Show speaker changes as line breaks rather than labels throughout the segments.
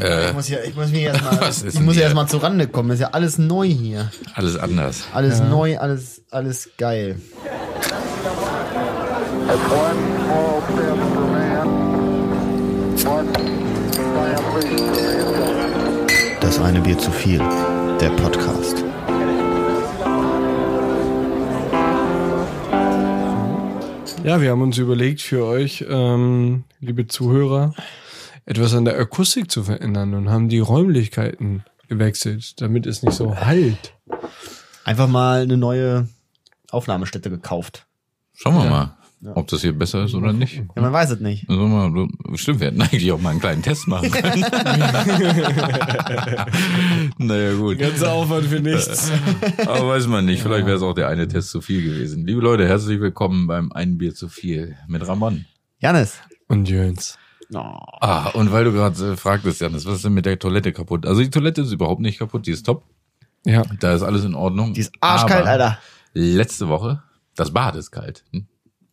Äh,
Ich muss, hier, ich muss mich erstmal
Was ist
ich muss
denn
ja
hier?
erstmal zu Rande kommen. Ist ja alles neu hier.
alles anders.
Alles neu, alles, alles geil.
That's one small step for man, one giant leap for mankind.
Das eine Bier zu viel. Der Podcast.
Ja, wir haben uns überlegt für euch, ähm, liebe Zuhörer, etwas an der Akustik zu verändern und haben die Räumlichkeiten gewechselt, damit es nicht so halt.
Einfach mal eine neue Aufnahmestätte gekauft.
Schauen wir mal, ob das hier besser ist oder nicht.
Ja, man weiß es nicht.
Sollen wir mal, stimmt, wir hätten eigentlich auch mal einen kleinen Test machen können. naja, gut.
Ganzer Aufwand für nichts.
Aber weiß man nicht. Vielleicht wäre es auch der eine Test zu viel gewesen. Liebe Leute, herzlich willkommen beim Ein Bier zu viel mit Ramon.
Janis.
Und Jöns.
Ah, und weil du gerade äh, fragtest, Janis, was ist denn mit der Toilette kaputt? Also die Toilette ist überhaupt nicht kaputt, die ist top.
Ja,
Da ist alles in Ordnung.
Die ist arschkalt,
Aber
Alter.
Letzte Woche, das Bad ist kalt. Hm?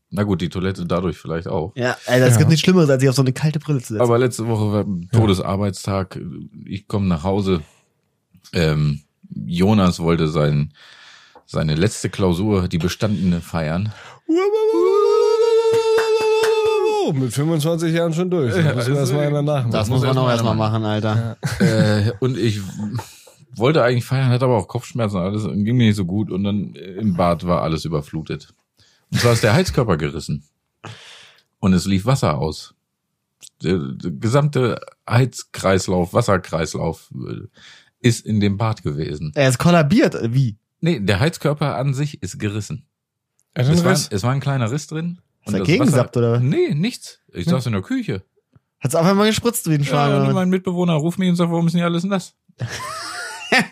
Na gut, die Toilette dadurch vielleicht auch.
Ja, Alter, es
Ja.
gibt nichts Schlimmeres, als sich auf so eine kalte Brille zu setzen.
Aber letzte Woche war ein Todesarbeitstag. Ich komme nach Hause. Ähm, Jonas wollte sein, seine letzte Klausur, die bestandene, feiern.
mit 25 Jahren schon durch. Das müssen wir erstmal einer nachmachen.
das
muss
muss man auch
erstmal
erstmal
einer
machen, Alter.
äh, und ich wollte eigentlich feiern, hatte aber auch Kopfschmerzen und alles und ging mir nicht so gut. Und dann äh, im Bad war alles überflutet. Und zwar ist der Heizkörper gerissen. Und es lief Wasser aus. Der, der gesamte Heizkreislauf, Wasserkreislauf äh, ist in dem Bad gewesen.
Er ist kollabiert. Wie?
Nee, der Heizkörper an sich ist gerissen.
Ja, dann
Es war,
Riss.
es war ein kleiner Riss drin.
Ist er
das
gegengesappt
Wasser-
oder?
Nee, nichts. Ich saß in der Küche.
Hat's einfach mal gespritzt wie ein Schwager.
Ja, genau. und
oder was?
mein Mitbewohner ruft mich und sagt, warum ist denn hier alles nass?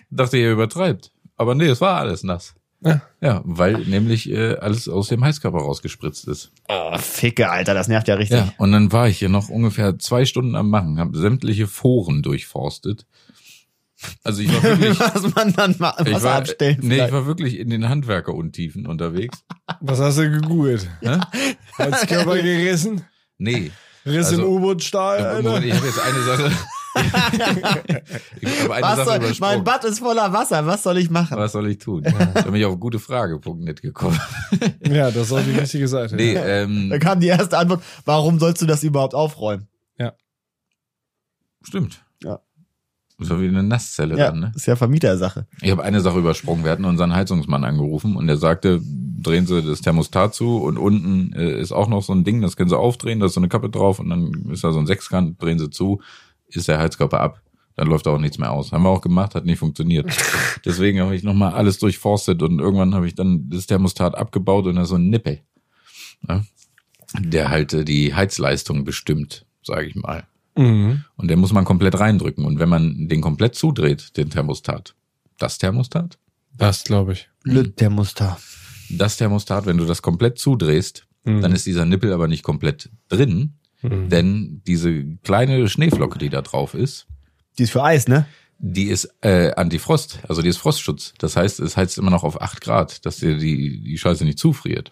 Dachte, ihr übertreibt. Aber nee, es war alles nass.
Ja.
Ja, weil nämlich äh, alles aus dem Heizkörper rausgespritzt ist.
oh, Ficke, Alter, das nervt ja richtig.
Ja, und dann war ich hier noch ungefähr zwei Stunden am Machen, habe sämtliche Foren durchforstet. Also ich war wirklich,
Was man dann mal
ich
was
war,
abstellen
nee, ich
vielleicht.
war wirklich in den Handwerkeruntiefen unterwegs.
Was hast du gegoogelt?
Hä?
Als Körper gerissen?
Nee,
Riss
Also-
im
Äh,
U-Boot-Stahl,
Moment,
Alter.
ich habe jetzt eine Sache. ich habe eine
Was
Sache
soll,
übersprungen.
mein Bad ist voller Wasser, was soll ich machen?
Was soll ich tun? Da bin ich auf gutefrage.net gekommen.
Ja, das war die richtige Seite.
Nee,
ja.
Da
ähm,
kam die erste Antwort, warum sollst du das überhaupt aufräumen?
stimmt.
Ja.
Das war wie eine Nasszelle
Ja,
dann, ne?
ist ja Vermietersache.
Ich habe eine Sache übersprungen. Wir hatten unseren Heizungsmann angerufen und er sagte, drehen Sie das Thermostat zu und unten äh, ist auch noch so ein Ding, das können Sie aufdrehen, da ist so eine Kappe drauf und dann ist da so ein Sechskant, drehen Sie zu, ist der Heizkörper ab. Dann läuft da auch nichts mehr aus. Haben wir auch gemacht, hat nicht funktioniert. Deswegen habe ich nochmal alles durchforstet und irgendwann habe ich dann das Thermostat abgebaut und da ist so ein Nippel, ne? der halt äh, die Heizleistung bestimmt, sage ich mal.
Mhm.
Und den muss man komplett reindrücken. Und wenn man den komplett zudreht, den Thermostat, das Thermostat,
Das glaube ich.
Le Thermostat.
das Thermostat, wenn du das komplett zudrehst,
Mhm.
dann ist dieser Nippel aber nicht komplett drin,
Mhm.
denn diese kleine Schneeflocke, die da drauf ist,
Die ist für Eis, ne?
die ist äh, Antifrost, also die ist Frostschutz. Das heißt, es heizt immer noch auf 8 Grad, dass dir die, die Scheiße nicht zufriert.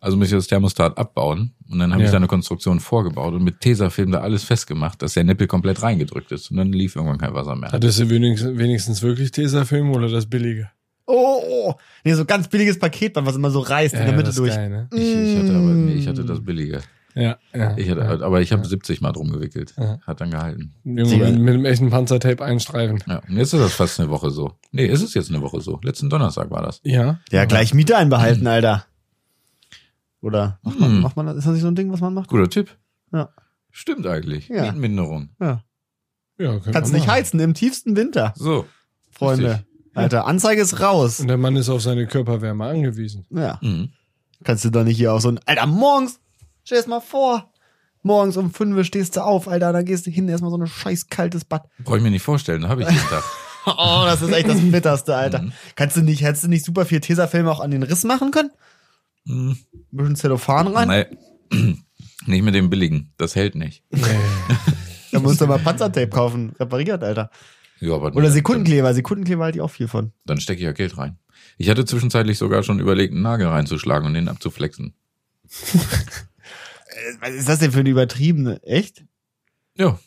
Also muss ich das Thermostat abbauen und dann habe ich
Ja.
da eine Konstruktion vorgebaut und mit Tesafilm da alles festgemacht, dass der Nippel komplett reingedrückt ist und dann lief irgendwann kein Wasser mehr.
Hattest du wenigstens, wenigstens wirklich Tesafilm oder das billige?
Oh, oh, oh. Nee, so ganz billiges Paketband, was immer so reißt in der Mitte
das ist
durch.
Geil, ne?
Ich, ich hatte aber, nee, ich hatte das billige.
Ja, ja.
Ich hatte,
ja.
aber ich habe 70 Mal drum gewickelt.
Ja.
Hat dann gehalten.
Junge, mit einem echten Panzertape einstreifen.
Ja. Und jetzt ist das fast eine Woche so. Nee, ist es jetzt eine Woche so. Letzten Donnerstag war das.
Ja.
Ja, gleich Miete einbehalten,
Mhm.
Alter. Oder macht man, macht man das? Ist das nicht so ein Ding, was man macht?
Guter Tipp.
Ja.
Stimmt eigentlich.
Ja.
Mietenminderung.
Ja.
ja könnte
Kannst
man
nicht
machen.
heizen im tiefsten Winter,
So.
Freunde. Alter, Anzeige ist raus.
Und der Mann ist auf seine Körperwärme angewiesen.
Ja.
Mhm.
Kannst du doch nicht hier auf so ein. Alter, morgens, stell dir mal vor. Morgens um 5 Uhr stehst du auf, Alter, dann gehst du hin, erstmal so ein scheiß kaltes Bad.
Brauche ich mir nicht vorstellen, habe ich jeden Tag.
Oh, das ist echt das Bitterste, Alter. Mhm. Kannst du nicht, hättest du nicht super viel Tesafilm auch an den Riss machen können?
Mhm.
Ein bisschen Zellophan rein?
Nein. Nicht mit dem billigen. Das hält nicht.
Dann musst du mal Panzertape kaufen. Repariert, Alter.
Ja, aber
Oder
dann-
Sekundenkleber. Sekundenkleber halt ich auch viel von.
Dann stecke ich ja Geld rein. Ich hatte zwischenzeitlich sogar schon überlegt, einen Nagel reinzuschlagen und den abzuflexen.
Äh, Was ist das denn für eine übertriebene? Echt?
Ja.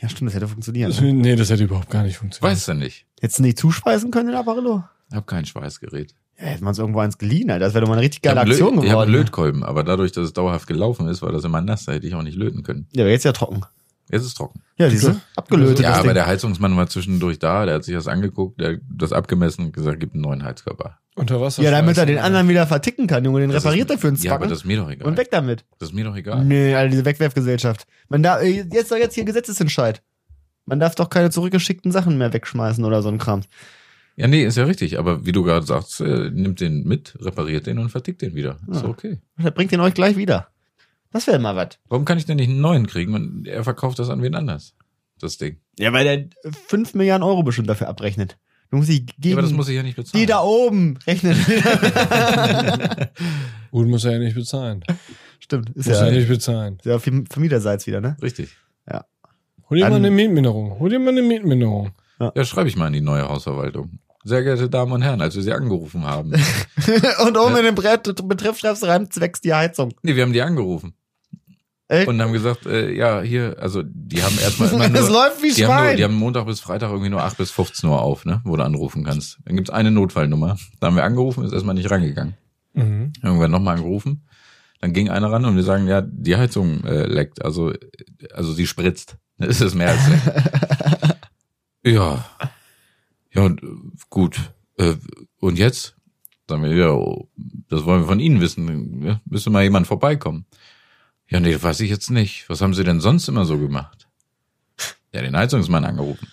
Ja, stimmt, das hätte funktioniert.
Das,
Ne?
nee, das hätte überhaupt gar nicht funktioniert.
Weiß ja nicht.
Hättest du nicht zuspeisen können, den Apparillo?
Hab kein Schweißgerät.
Ja, hätte man uns irgendwo eins geliehen, Alter. Das wäre doch mal eine richtig
Ich
geile
hab Lö-
Aktion
Ich hab
geworden. ne?
einen Lötkolben, aber dadurch, dass es dauerhaft gelaufen ist, war das immer nass, da hätte ich auch nicht löten können.
ja, aber jetzt ist ja trocken.
Jetzt ist es trocken.
Ja, die sind abgelötet.
ja,
das
aber
Ding.
der Heizungsmann war zwischendurch da, der hat sich das angeguckt, der hat das abgemessen und gesagt, gibt einen neuen Heizkörper.
Unter Wasser.
ja, damit er
schmeißen.
den anderen wieder verticken kann, Junge. Den
Das
repariert
ist-
er für einen
Ja, aber
Spacken
das ist mir doch egal.
und weg damit.
Das ist mir doch egal.
Nee, Alter, diese Wegwerfgesellschaft. Man darf, äh, jetzt soll jetzt hier Gesetzesentscheid. Man darf doch keine zurückgeschickten Sachen mehr wegschmeißen oder so ein Kram.
Ja, nee, ist ja richtig, aber wie du gerade sagst, äh, nimmt den mit, repariert den und vertickt den wieder. Ist
Ja.
okay.
Das bringt den euch gleich wieder. Das wäre mal was.
Warum kann ich denn nicht einen neuen kriegen und er verkauft das an wen anders? Das Ding.
Ja, weil der 5 Milliarden Euro bestimmt dafür abrechnet. Du musst die
Ja,
gegen
aber das muss ich ja nicht bezahlen.
die da oben rechnen.
Gut, muss er ja nicht bezahlen.
Stimmt, ist
Muss
ja,
er
ja,
nicht bezahlen.
ja viel Vermieterseits wieder, ne?
Richtig.
Hol dir mal
Dann-
eine Mietminderung. Hol dir mal eine Mietminderung.
Ja, schreibe ich mal in die neue Hausverwaltung. Sehr geehrte Damen und Herren, als wir Sie angerufen haben.
Und oben in dem Brett, Betreff schreibst du rein, zwecks die Heizung.
nee, wir haben die angerufen.
Echt?
Und haben gesagt, äh, ja, hier, also die haben erstmal immer
Es
nur,
läuft wie
also, die haben, nur, die
Schwein.
haben Montag bis Freitag irgendwie nur 8 bis 15 Uhr auf, ne, wo du anrufen kannst. Dann gibt's eine Notfallnummer. Da haben wir angerufen, ist erstmal nicht rangegangen.
Mhm.
irgendwann nochmal angerufen. Dann ging einer ran und wir sagen, ja, die Heizung äh, leckt, also, äh, also sie spritzt. Das ist es mehr als leckt. ja. Ja, und, äh, gut. Äh, und jetzt? Sagen wir, ja, oh, das wollen wir von Ihnen wissen. Ja, müsste mal jemand vorbeikommen. Ja, nee, das weiß ich jetzt nicht. Was haben Sie denn sonst immer so gemacht? Ja, den Heizungsmann angerufen.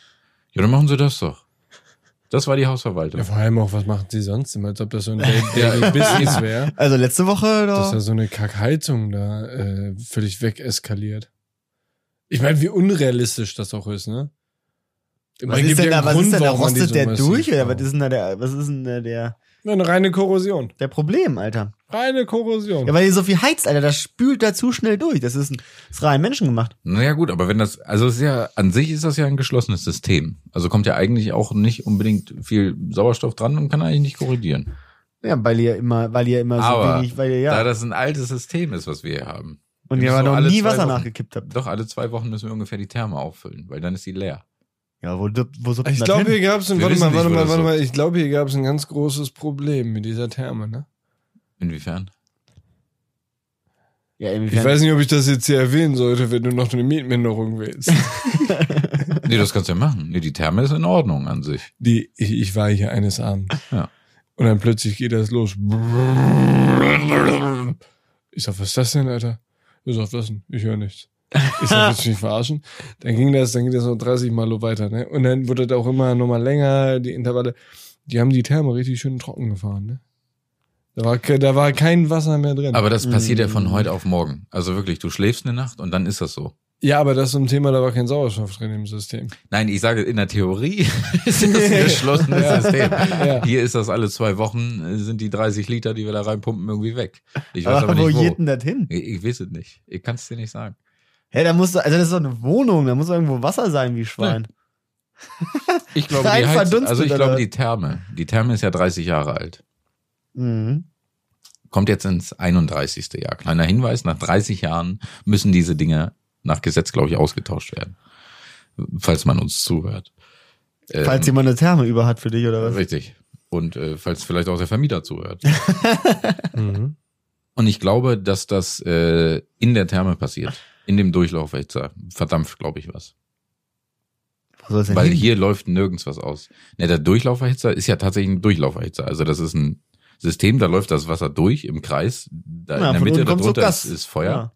Ja, dann machen Sie das doch. Das war die Hausverwaltung.
Ja, vor allem auch, was machen sie sonst immer? Als ob das so ein Daily Business wäre.
Also letzte Woche,
Dass da
da,
so eine Kackheizung da äh, völlig wegeskaliert. Ich meine, wie unrealistisch das auch ist, ne?
was ist denn da, was ist denn da, rostet der durch? Oder was ist
ist
denn da der, was ist denn da der,
Eine reine Korrosion.
der Problem, Alter?
Reine Korrosion.
Ja, weil ihr so viel heizt, Alter, das spült da zu schnell durch. Das ist, ein, das ist rein Menschen gemacht.
Naja gut, aber wenn das, also es ist ja, an sich ist das ja ein geschlossenes System. Also kommt ja eigentlich auch nicht unbedingt viel Sauerstoff dran und kann eigentlich nicht korrigieren.
Ja, weil ihr immer, weil ihr immer so
Aber
wenig, weil ihr
Da
ja.
das ein altes System ist, was wir hier haben.
und
wir müssen
ihr aber
so
noch
alle
nie
zwei
Wasser
Wochen-
nachgekippt habt.
Doch alle zwei Wochen müssen wir ungefähr die Therme auffüllen, weil dann ist sie leer.
Ja, wo, wo suppt
ich
das
glaube,
hin?
hier gab es ein,
Wir
warte
wissen
mal,
nicht,
warte
wo
mal,
das
warte
so-
mal, ich glaube, hier gab es ein ganz großes Problem mit dieser Therme, ne?
Inwiefern?
Ja,
Ich weiß nicht, ob ich das jetzt hier erwähnen sollte, wenn du noch eine Mietminderung willst.
Nee, das kannst du ja machen. Nee, die Therme ist in Ordnung an sich.
Die, ich, ich war hier eines Abends.
Ja.
Und dann plötzlich geht das los. Ich sag, was ist das denn, Alter? Ich sag, was denn? Ich höre nichts. Ich sag, willst du mich verarschen? Dann ging das, dann ging das noch 30 Mal so weiter, ne? Und dann wurde das auch immer nochmal länger, die Intervalle. Die haben die Therme richtig schön trocken gefahren, ne? Da war, ke- da war kein Wasser mehr drin.
Aber das passiert ja von
Mm.
heute auf morgen. Also wirklich, du schläfst eine Nacht und dann ist das so.
ja, aber das zum Thema, da war kein Sauerstoff drin im System.
Nein, ich sage, in der Theorie ist das ein geschlossenes
Ja.
System.
Ja.
Hier ist das alle zwei Wochen, äh, sind die 30 Liter, die wir da reinpumpen, irgendwie weg. Ich weiß
aber
aber,
Äh, wo
nicht, wo.
geht denn das hin?
Ich, ich weiß es nicht. Ich kann es dir nicht sagen.
Hä, da muss, doch- also das ist doch eine Wohnung, da muss doch irgendwo Wasser sein wie Schwein.
Ich glaube, die,
Rein
Heiz
verdunstet,
also ich glaube,
oder?
die Therme. Die Therme ist ja 30 Jahre alt.
Mhm.
Kommt jetzt ins 31. Jahr. Kleiner Hinweis, nach 30 Jahren müssen diese Dinge nach Gesetz, glaube ich, ausgetauscht werden. Falls man uns zuhört. Ähm,
Falls jemand eine Therme über hat für dich oder was?
Richtig. Und äh, falls vielleicht auch der Vermieter zuhört.
Mhm.
Und ich glaube, dass das äh, in der Therme passiert. In dem Durchlaufwechsel. Verdampft, glaube ich, was.
Wo soll's denn
Weil
hin?
hier läuft nirgends was aus. Ne, der Durchlauferhitzer ist ja tatsächlich ein Durchlauferhitzer. Also das ist ein System, da läuft das Wasser durch im Kreis. Da
Ja,
in der
von
Mitte,
unten kommt so
darunter ist,
Gas.
ist Feuer.
Ja.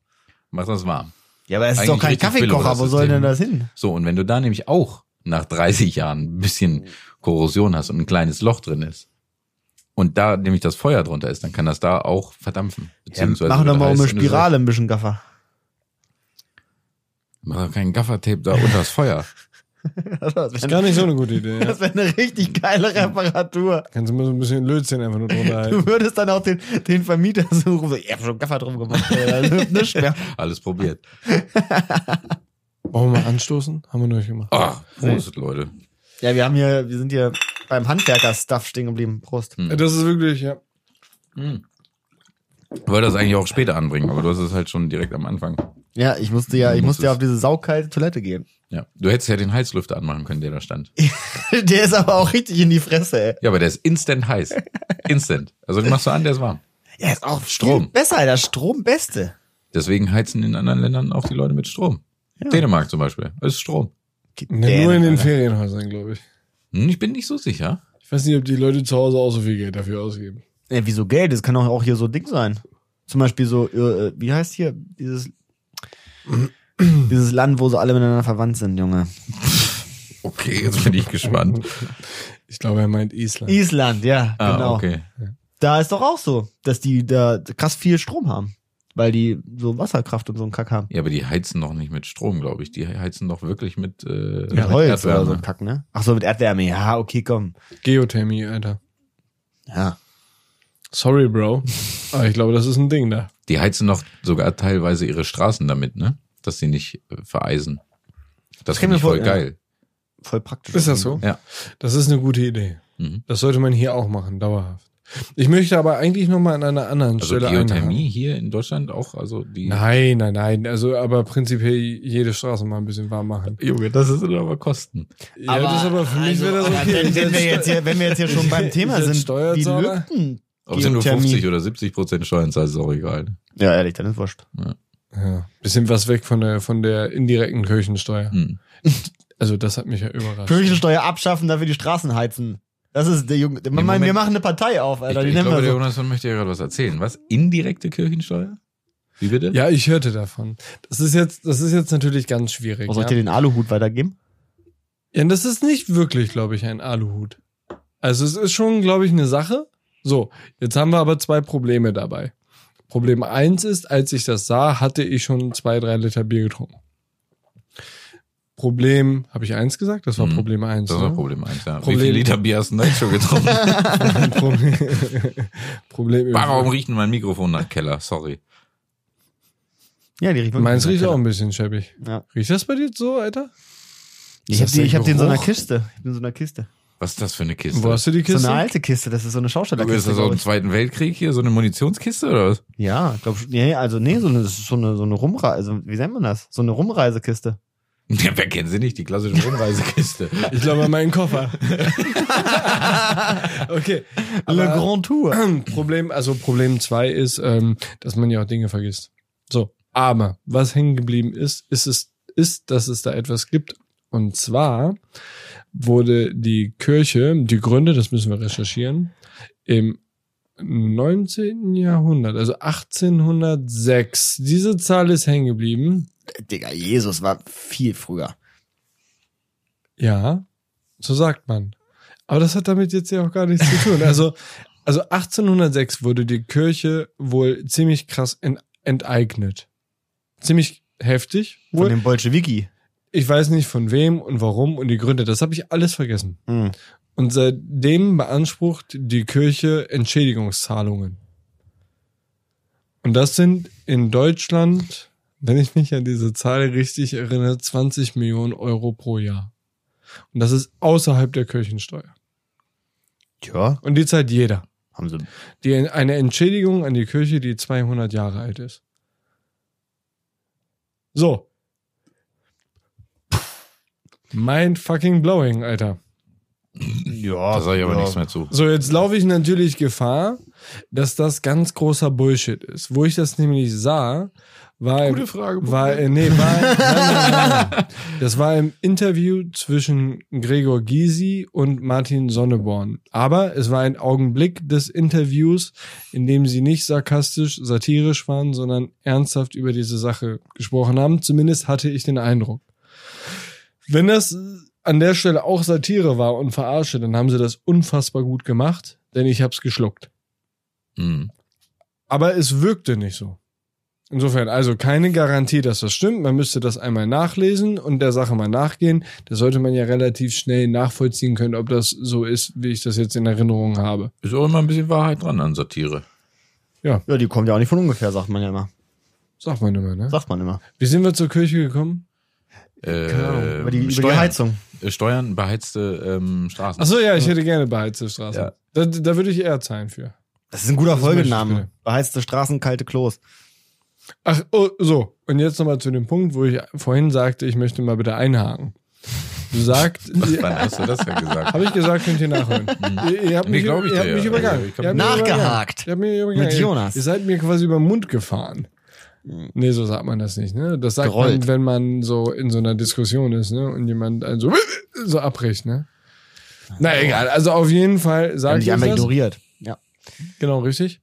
Macht das warm.
ja, aber es ist doch
Eigentlich
kein
richtig billig,
Kaffeekocher,
das
wo soll
System.
denn das hin?
So, und wenn du da nämlich auch nach 30 Jahren ein bisschen Korrosion hast und ein kleines Loch drin ist und da nämlich das Feuer drunter ist, dann kann das da auch verdampfen.
Ja,
Beziehungsweise
machen doch
wird
mal
heiß
um eine
und es läuft.
Spirale ein bisschen Gaffer.
Mach doch keinen Gaffertape da unter das Feuer.
Das
Ist
wäre
gar nicht so eine gute Idee. Ja.
wär eine richtig geile Reparatur.
Kannst du mal so ein bisschen Lötzinn einfach nur drunter halten.
Du würdest dann auch den, den Vermieter suchen. So, ich hab schon Gaffer drum gemacht. Alter. Das hilft nicht mehr.
Alles probiert.
Wollen wir mal anstoßen? Haben wir noch nicht gemacht.
Ah, Prost, Leute.
Ja, wir haben hier, wir sind hier beim Handwerker-Stuff stehen geblieben. Prost.
Hm.
Das ist wirklich, ja.
Ich wollte das eigentlich auch später anbringen, aber du hast es halt schon direkt am Anfang.
Ja, ich musste ja, ich
Muss
musste ja
es.
auf diese saukalte Toilette gehen.
Ja. Du hättest ja den Heizlüfter anmachen können, der da stand.
Der ist aber auch richtig in die Fresse, ey.
Ja, aber der ist instant heiß. Instant. Also den machst du an, der ist warm.
Er ist auch
Strom.
Viel besser, Alter. Strom beste.
Deswegen heizen in anderen Ländern auch die Leute mit Strom. Dänemark zum Beispiel. Das ist Strom.
Die
Ne, nur
Dänen,
in den
Alter.
Ferienhäusern, glaube ich.
Hm, Ich bin nicht so sicher.
Ich weiß nicht, ob die Leute zu Hause auch so viel Geld dafür ausgeben.
Ey, wieso Geld? Das kann doch auch hier so Ding sein. Zum Beispiel so, äh, äh, wie heißt hier dieses, dieses Land, wo so alle miteinander verwandt sind, Junge.
Okay, jetzt bin ich gespannt.
Ich glaube, er meint Island.
Island, ja,
Ah,
genau.
okay.
Da ist doch auch so, dass die da krass viel Strom haben, weil die so Wasserkraft und so einen Kack haben.
Ja, aber die heizen doch nicht mit Strom, glaube ich. Die heizen doch wirklich mit, äh,
Mit
mit
Holz oder so
Erdwärme.
einen Kack, ne? Ach so, mit Erdwärme. Ja, okay, komm.
Geothermie, Alter.
Ja.
Sorry, Bro. Aber ich glaube, das ist ein Ding da.
Die heizen doch sogar teilweise ihre Straßen damit, ne? Dass sie nicht äh, vereisen. Das
Stell
finde
mir
ich
vor,
voll
ja.
geil.
Voll praktisch.
Ist das so?
Ja.
Das ist eine gute Idee.
Mhm.
Das sollte man hier auch machen, dauerhaft. Ich möchte aber eigentlich nochmal an einer anderen
Also
Stelle einhaken.
Geothermie hier in Deutschland auch, also die.
Nein, nein, nein. Also, aber prinzipiell jede Straße mal ein bisschen warm machen.
Junge, das ist aber Kosten.
Ja, das ist aber für mich
also,
wäre das
aber
okay.
Wenn, wenn, wir jetzt hier, wenn wir jetzt hier schon beim Thema
Ist das
sind,
steuert
die
sauber?
Lücken.
Ob sie nur
Geothermie.
50 oder 70 Prozent Steuern zahlen, ist auch egal.
Ja, ehrlich, dann ist wurscht.
Ja, bisschen was weg von der, von der indirekten Kirchensteuer.
Hm.
Also, das hat mich ja überrascht.
Kirchensteuer abschaffen, dafür die Straßen heizen. Das ist der Junge. Man,
Moment.
wir machen eine Partei auf,
Ich,
Alter. die
ich
nennen
glaube, der
wir so.
Jonas möchte ja gerade was erzählen. Was? Indirekte Kirchensteuer? Wie bitte?
Ja, ich hörte davon. Das ist jetzt, das ist jetzt natürlich ganz schwierig.
Oh, soll
ja?
ich dir den Aluhut weitergeben?
Ja, das ist nicht wirklich, glaube ich, ein Aluhut. Also es ist schon, glaube ich, eine Sache. So, jetzt haben wir aber zwei Probleme dabei. Problem eins ist, als ich das sah, hatte ich schon zwei, drei Liter Bier getrunken. Problem, habe ich eins gesagt? Das war
Mhm.
Problem eins.
Das war
ne?
Problem eins. ja.
Problem-
Wie viel Liter Bier hast du denn jetzt schon getrunken?
Problem. Problem
Warum riecht denn mein Mikrofon nach Keller? Sorry.
Ja, die riecht
Meins riecht auch
auch.
ein bisschen schäbig.
Ja.
Riecht das bei dir so, Alter?
Ich hab,
das
die,
der
ich hab den in so einer
Geruch?
Kiste. Ich bin in so einer Kiste.
Was ist das für eine Kiste?
Wo hast du die
So
Kiste?
eine alte Kiste, das ist so eine Schaustellerkiste.
ist das aus
glaub
dem
ich.
Zweiten Weltkrieg hier? So eine Munitionskiste oder was?
Ja, glaub schon. Nee, also nee, so eine, das ist so eine, so eine Rumreise, also wie nennt man das? So eine Rumreisekiste.
Ja, wer kennt sie nicht? Die klassische Rundreisekiste.
ich glaube, meinen Koffer. okay.
Le
aber-
Grand Tour.
Problem, also Problem zwei ist, ähm, dass man ja auch Dinge vergisst. So, aber was hängen geblieben ist, ist es, ist, dass es da etwas gibt. Und zwar wurde die Kirche, die Gründe, das müssen wir recherchieren, im 19. Jahrhundert, also 1806. Diese Zahl ist hängen geblieben.
Digga, Jesus war viel früher.
Ja, so sagt man. Aber das hat damit jetzt ja auch gar nichts zu tun. Also, also 1806 wurde die Kirche wohl ziemlich krass en- enteignet. Ziemlich heftig.
Von
Wohl.
dem Bolschewiki.
Ich weiß nicht von wem und warum und die Gründe. Das habe ich alles vergessen.
Hm.
Mhm.
Und seitdem beansprucht die Kirche Entschädigungszahlungen. Und das sind in Deutschland, wenn ich mich an diese Zahl richtig erinnere, 20 Millionen Euro pro Jahr. Und das ist außerhalb der Kirchensteuer.
Tja,
Und die zahlt jeder.
haben sie.
Die, eine Entschädigung an die Kirche, die 200 Jahre alt ist. So. Mind fucking blowing, Alter.
Ja.
Da sage ich aber
ja.
nichts mehr zu.
So, jetzt laufe ich natürlich Gefahr, dass das ganz großer Bullshit ist. Wo ich das nämlich sah, war im,
Frage.
war, äh, nee, war, nein, nein, nein. das war im Interview zwischen Gregor Gysi und Martin Sonneborn. Aber es war ein Augenblick des Interviews, in dem sie nicht sarkastisch, satirisch waren, sondern ernsthaft über diese Sache gesprochen haben. Zumindest hatte ich den Eindruck. Wenn das an der Stelle auch Satire war und Verarsche, dann haben sie das unfassbar gut gemacht, denn ich hab's geschluckt.
Hm.
Aber es wirkte nicht so. Insofern, also keine Garantie, dass das stimmt. Man müsste das einmal nachlesen und der Sache mal nachgehen. Da sollte man ja relativ schnell nachvollziehen können, ob das so ist, wie ich das jetzt in Erinnerung habe.
Ist auch immer ein bisschen Wahrheit dran an Satire.
ja, die kommt ja auch nicht von ungefähr, sagt man ja immer.
Sagt man immer, ne?
Sagt man immer.
Wie sind wir zur Kirche gekommen?
Äh,
Genau, über, die, über die
Steuern.
Heizung.
Äh, Steuern, beheizte ähm, Straßen.
Ach so, ja, ich hätte gerne beheizte Straßen.
Ja.
Da, da würde ich eher zahlen für.
Das ist ein guter
Das möchte ich
Folgenname.
bitte.
Beheizte Straßen, kalte Klos.
Ach, oh, so. Und jetzt nochmal zu dem Punkt, wo ich vorhin sagte, ich möchte mal bitte einhaken. Du sagt,
Wann hast du das ja gesagt?
habe ich gesagt, könnt ihr nachhören. ihr, ihr habt
Mhm. Nee,
mich,
glaub ich
ihr habt
dir,
mich
ja.
übergangen.
Also, ich glaub-
Ihr habt mich
Nachgehakt.
übergangen. Ihr habt mich übergangen.
Mit Jonas. Hm.
Ihr seid mir quasi über den Mund gefahren. Nee, so sagt man das nicht, ne? Das sagt
Gerollt.
man, wenn man so in so einer Diskussion ist, ne? Und jemand einen so, so abbricht, ne? Na egal, also auf jeden Fall
Haben
sage ich
dich einfach
das.
ignoriert. Ja.
Genau, richtig.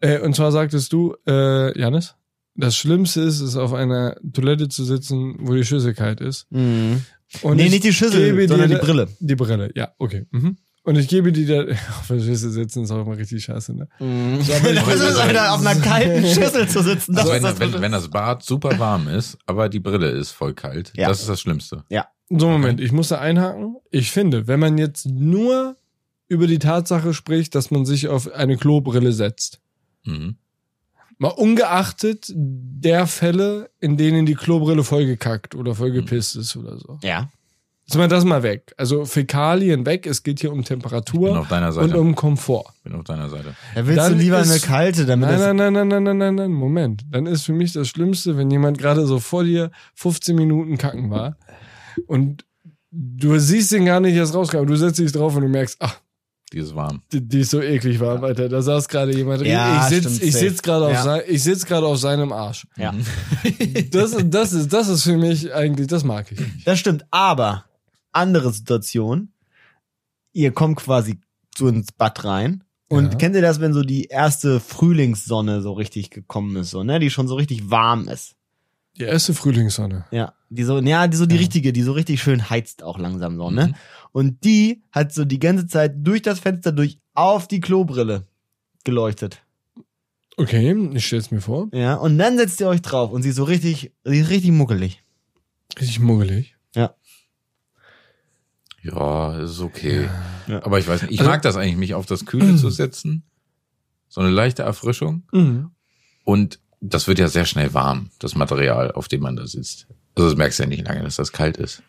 Äh, und zwar sagtest du, äh, Janis, das Schlimmste ist, es auf einer Toilette zu sitzen, wo die Schüssel kalt ist.
Mhm.
Und
nee,
ich
nicht die
gebe
Schüssel,
dir
sondern die
da-
Brille.
Die Brille, ja, okay. Mhm. Und ich gebe dir da, auf der Schüssel sitzen ist auch immer richtig scheiße, ne?
Das ist Alter, auf einer kalten Schüssel zu sitzen. Das
Also wenn,
ist das
das wenn, wenn das Bad super warm ist, aber die Brille ist voll kalt,
Ja.
das ist das Schlimmste.
So, Moment, ich muss da einhaken. Ich finde, wenn man jetzt nur über die Tatsache spricht, dass man sich auf eine Klobrille setzt,
Mhm.
mal ungeachtet der Fälle, in denen die Klobrille vollgekackt oder vollgepisst
Mhm.
ist oder so.
ja.
Jetzt mal das mal weg. Also Fäkalien weg, es geht hier um
Bin
Temperatur
auf deiner
und
Seite.
um Komfort.
Bin auf deiner Seite.
Da willst
Dann
du lieber
ist-
eine kalte, damit
Nein,
das.
nein, nein, nein, nein, nein, nein, nein, Moment. Dann ist für mich das Schlimmste, wenn jemand gerade so vor dir 15 Minuten kacken war und du siehst ihn gar nicht erst rauskommen, aber du setzt dich drauf und du merkst, ach,
Die ist warm.
die, die ist so eklig war, Alter. Da saß gerade jemand drin.
Ja,
ich sitz,
stimmt,
ich
safe.
sitz gerade auf,
Ja.
sein, ich sitz gerade auf seinem Arsch.
Ja.
Mhm.
Das ist, das ist, das ist für mich eigentlich, das mag ich.
Das stimmt, aber andere Situation. Ihr kommt quasi so ins Bad rein. Und
Ja.
kennt ihr das, wenn so die erste Frühlingssonne so richtig gekommen ist, so, ne, die schon so richtig warm ist?
Die erste Frühlingssonne.
Ja, die so, ja, die so die
Ja.
richtige, die so richtig schön heizt auch langsam so,
Mhm.
ne? Und die hat so die ganze Zeit durch das Fenster durch auf die Klobrille geleuchtet.
Okay, ich stell's mir vor.
Ja, und dann setzt ihr euch drauf und sie ist so richtig, sie ist richtig muckelig.
Richtig muggelig.
Ja, ist okay.
Ja.
Aber ich weiß nicht, ich
Also-
mag das eigentlich, mich auf das Kühle zu setzen. So eine leichte Erfrischung.
Mhm.
Und das wird ja sehr schnell warm, das Material, auf dem man da sitzt. Also das merkst du ja nicht lange, dass das kalt ist.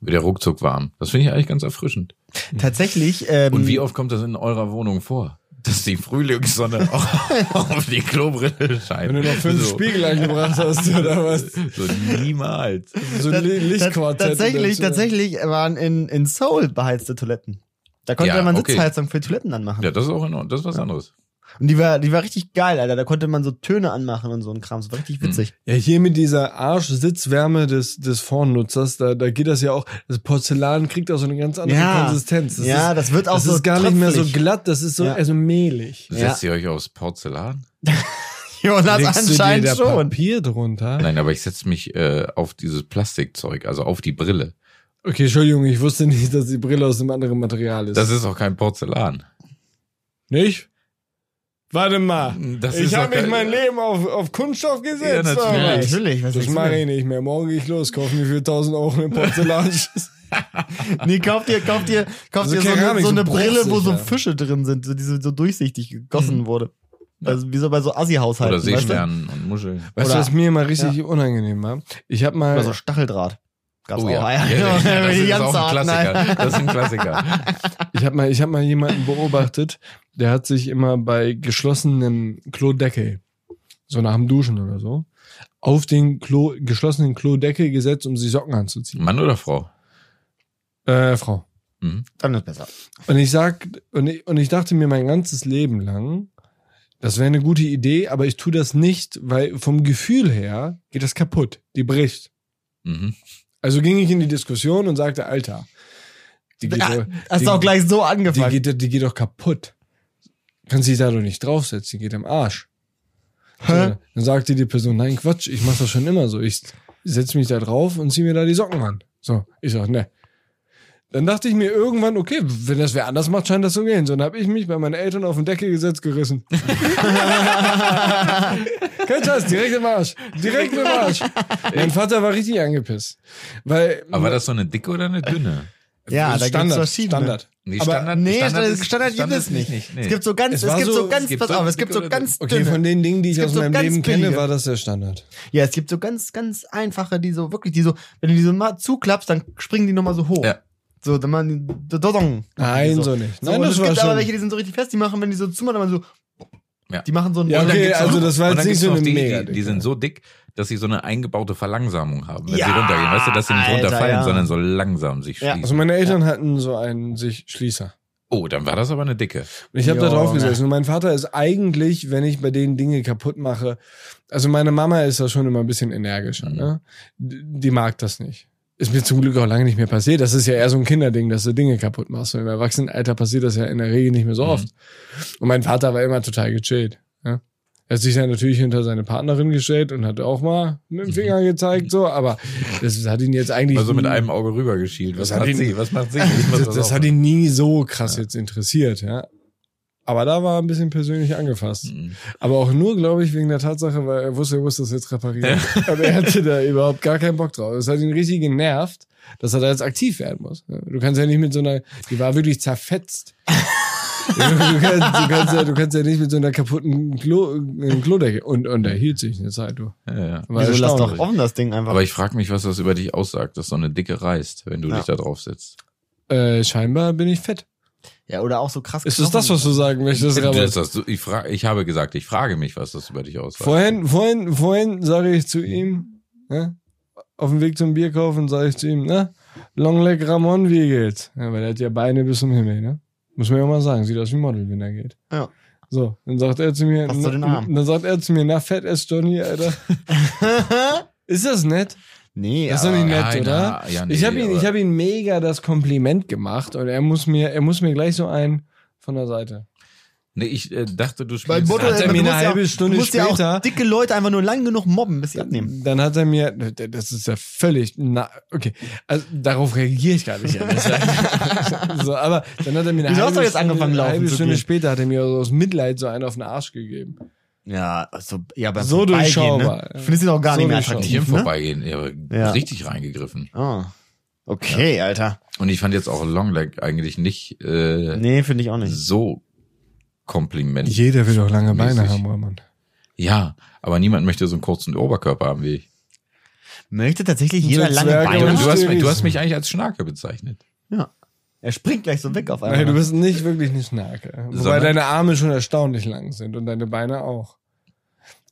Wird ja ruckzuck warm. Das finde ich eigentlich ganz erfrischend.
Tatsächlich, ähm,
Mhm.
Und wie oft kommt das in eurer Wohnung vor? Dass die Frühlingssonne auch auf die Klobrille scheint.
Wenn du noch fünf
so,
Spiegel eingebracht hast oder was.
So niemals.
So ein Li-
tats-
Lichtquartett.
tatsächlich,
Und dann so-
tatsächlich waren in, in Seoul beheizte Toiletten. Da konnte
Ja,
man
okay.
Sitzheizung für Toiletten anmachen.
Ja, das ist auch in Ordnung. Das ist was anderes.
Und die war, die war richtig geil, Alter. Da konnte man so Töne anmachen und so ein Kram. Das war richtig witzig.
Ja, hier mit dieser Arsch-Sitzwärme des, des Vornutzers, da, da geht das ja auch, das Porzellan kriegt auch so eine ganz andere
Ja.
Konsistenz. Das
ja,
ist,
das wird auch
das
so
ist gar nicht mehr so
tröpfelig.
glatt, das ist so
Ja.
also mehlig.
Setzt ihr euch aufs Porzellan?
Jonas
Legst du dir
anscheinend
da
schon.
Papier drunter?
Nein, aber ich setze mich äh, auf dieses Plastikzeug, also auf die Brille.
Okay, Entschuldigung, ich wusste nicht, dass die Brille aus einem anderen Material ist.
Das ist auch kein Porzellan.
nicht? Warte mal.
Das
ich
ist
habe
doch
mich
kein-
mein Leben auf, auf Kunststoff
Ja,
gesetzt.
natürlich.
oder
Ja,
was?
natürlich. Was
Das
willst du
mache
denn?
ich nicht mehr. Morgen gehe ich los, kaufe mir für 1000 Euro eine Porzellan.
Nee, kauf dir, kauf dir, kauf
Also
dir so eine,
Keramik,
so
so
eine Brille, wo so
bruchsicher.
Fische drin sind, so, die so, so durchsichtig gegossen wurde. Also wie so bei so Assi-Haushalten.
Oder
weißt du?
Seesternen und Muscheln.
weißt du,
Oder-
was mir mal richtig unangenehm war? Ich habe mal.
Oder
Also-
so Stacheldraht. Gab's
Oh
auch.
ja.
ah Ja,
ja,
genau.
ja, das ist
ganz
auch ein
hart, nein.
Klassiker. Das ist ein Klassiker.
Ich habe mal, ich hab mal jemanden beobachtet, der hat sich immer bei geschlossenen Klodeckel, so nach dem Duschen oder so, auf den Klo, geschlossenen Klodeckel gesetzt, um sich Socken anzuziehen.
Mann oder Frau?
Äh, Frau.
Mhm.
Dann ist besser.
Und ich sag, und ich, und ich dachte mir mein ganzes Leben lang, das wäre eine gute Idee, aber ich tue das nicht, weil vom Gefühl her geht das kaputt. Die bricht.
Mhm.
Also ging ich in die Diskussion und sagte, Alter, die geht,
Ah,
doch-
Hast
die,
du auch gleich so angefangen.
Die geht, die geht doch kaputt. Kannst dich da doch nicht draufsetzen, die geht am Arsch. So,
Hä?
dann sagte die Person, nein, Quatsch, ich mach das schon immer so. Ich setze mich da drauf und zieh mir da die Socken an. So, ich sag, ne. Dann dachte ich mir irgendwann, okay, wenn das wer anders macht, scheint das zu gehen. So, dann habe ich mich bei meinen Eltern auf den Deckel gesetzt gerissen. Kein Scheiß, direkt im Arsch. Direkt im Arsch. Mein Vater war richtig angepisst. Weil
Aber war das so eine dicke oder eine dünne?
Ja, da gibt's
Standard,
verschiedene.
Standard.
Nee,
Aber
nee, Standard-
ist-
Standard gibt es
ist
nicht.
nee.
Es gibt so ganz,
Es
es,
war
gibt
so-
so ganz,
es gibt
pass
so
auf, es
dicke
gibt so
oder
ganz
Okay,
dünne.
von den Dingen, die ich
Es gibt
aus
so
meinem
ganz
Leben kenne,
billige.
war das der Standard.
Ja, es gibt so ganz, ganz einfache, die so wirklich, die so, wenn du die so mal zuklappst, dann springen die nochmal so hoch.
Ja.
So, dann man,
Nein, so nicht.
So,
Nein,
und
das
es
war
gibt aber
schon.
welche, die sind so richtig fest, die machen, wenn die so zumachen, dann so
Ja.
Die machen so ein
Ja,
und dann
okay,
gibt's noch-
also das war
Und
jetzt
dann
nicht
gibt's
so
noch
eine
die,
mega
die, die sind so dick, dass sie so eine eingebaute Verlangsamung haben, wenn
Ja,
sie runtergehen. Weißt du, dass sie nicht
Alter,
runterfallen,
ja.
sondern so langsam sich
Ja.
schließen.
Also meine Eltern hatten so einen sich Schließer.
oh, dann war das aber eine dicke.
Und ich habe da
Junge.
ne.
drauf gesessen. Und mein Vater ist eigentlich, wenn ich bei denen Dinge kaputt mache, also meine Mama ist da schon immer ein bisschen energischer.
Mhm.
Ne? D- Die mag das nicht. Ist mir zum Glück auch lange nicht mehr passiert. Das ist ja eher so ein Kinderding, dass du Dinge kaputt machst. Und Im Erwachsenenalter passiert das ja in der Regel nicht mehr so
Mhm.
oft. Und mein Vater war immer total gechillt. Ne? Er hat sich ja natürlich hinter seine Partnerin gestellt und hat auch mal mit dem Finger gezeigt, so, aber das hat ihn jetzt eigentlich.
Mhm. Also mit
nie-
einem Auge rübergeschielt. Was
Das hat
hat
ihn-
sie? Was macht sie? Ich muss
das, das
auch
hat ihn nie so krass jetzt interessiert, ja. Aber da war er ein bisschen persönlich angefasst.
machen.
Aber auch nur, glaube ich, wegen der Tatsache, weil er wusste, er muss das jetzt reparieren. Aber er hatte da überhaupt gar keinen Bock drauf. Das hat ihn richtig genervt, dass er da jetzt aktiv werden muss. Ja, Du kannst ja nicht mit so einer, die war wirklich zerfetzt. du, kannst, du, kannst ja, du kannst ja nicht mit so einer kaputten Klo, äh, Klodecke. Und, und er hielt sich eine Zeit, du.
Ja, ja.
War
Wieso lass doch
erstaunlich.
offen das Ding einfach.
Aber ich frage mich, was das über dich aussagt, dass so eine dicke reißt, wenn du
Ja.
dich da drauf setzt.
Äh, scheinbar bin ich fett.
ja, oder auch so krass.
Ist das das, was du sagen möchtest,
Du hast
Robert?
das, ich, frag, ich habe gesagt, ich frage mich, was das über dich aussagt.
Vorhin, vorhin, vorhin sage ich zu ihm, ne? auf dem Weg zum Bier kaufen, sage ich zu ihm, ne? Longleg Ramon, wie geht's? Ja, weil er hat ja Beine bis zum Himmel, ne? Muss man ja mal sagen, sieht aus wie ein Model, wenn er geht.
Ja.
So, dann sagt er zu mir,
Passt zu den Armen.
dann sagt er zu mir, na, fett ist Johnny, Alter. ist das nett?
Nee, also
Das ist doch
aber-
nicht nett,
ja,
oder?
na, ja, nee,
ich habe ihn,
aber-
ich hab ihn mega das Kompliment gemacht und er muss mir, er muss mir gleich so ein von der Seite.
Nee, ich äh, dachte, du
Weil
spielst.
Mutter-
hat er
du
mir
musst
eine
ja
halbe
auch-
Stunde
du musst ja
später-
auch dicke Leute einfach nur lang genug mobben, bis sie abnehmen.
Dann hat er mir, das ist ja völlig, na, okay, also darauf reagiere ich gar nicht. ehrlich gesagt. so, aber dann hat er mir eine
Wieso hast
halbe,
du jetzt
Stunde,
angefangen,
eine
laufen
halbe
zu
Stunde
gehen?
später hat er mir so aus Mitleid so einen auf den Arsch gegeben.
Ja, also, ja, beim
So
Vorbeigehen,
durchschaubar.
Ne? Findest du doch gar
So
nicht mehr
durchschaubar.
ich im
attraktiv, ne?
Vorbeigehen ja.
Ja.
aber richtig reingegriffen.
Ah. Okay, Alter.
Und ich fand jetzt auch Longleg eigentlich nicht äh,
Nee, finde ich auch nicht.
so Kompliment.
Jeder will doch lange
Beine
Beine
Mäßig.
haben,
haben,
Mann.
Ja, aber niemand möchte so einen kurzen Oberkörper haben wie ich.
Möchte tatsächlich jeder
So
lange
Du,
Zwerge Ja,
Beine
und-
haben?
du, hast,
verstehe
mich- du
ich.
hast mich eigentlich als Schnarke bezeichnet.
Ja. Er springt gleich so weg auf einmal.
Nein, du bist nicht wirklich eine Schnarke. Wobei
Sondern-
deine Arme schon erstaunlich lang sind und deine Beine auch.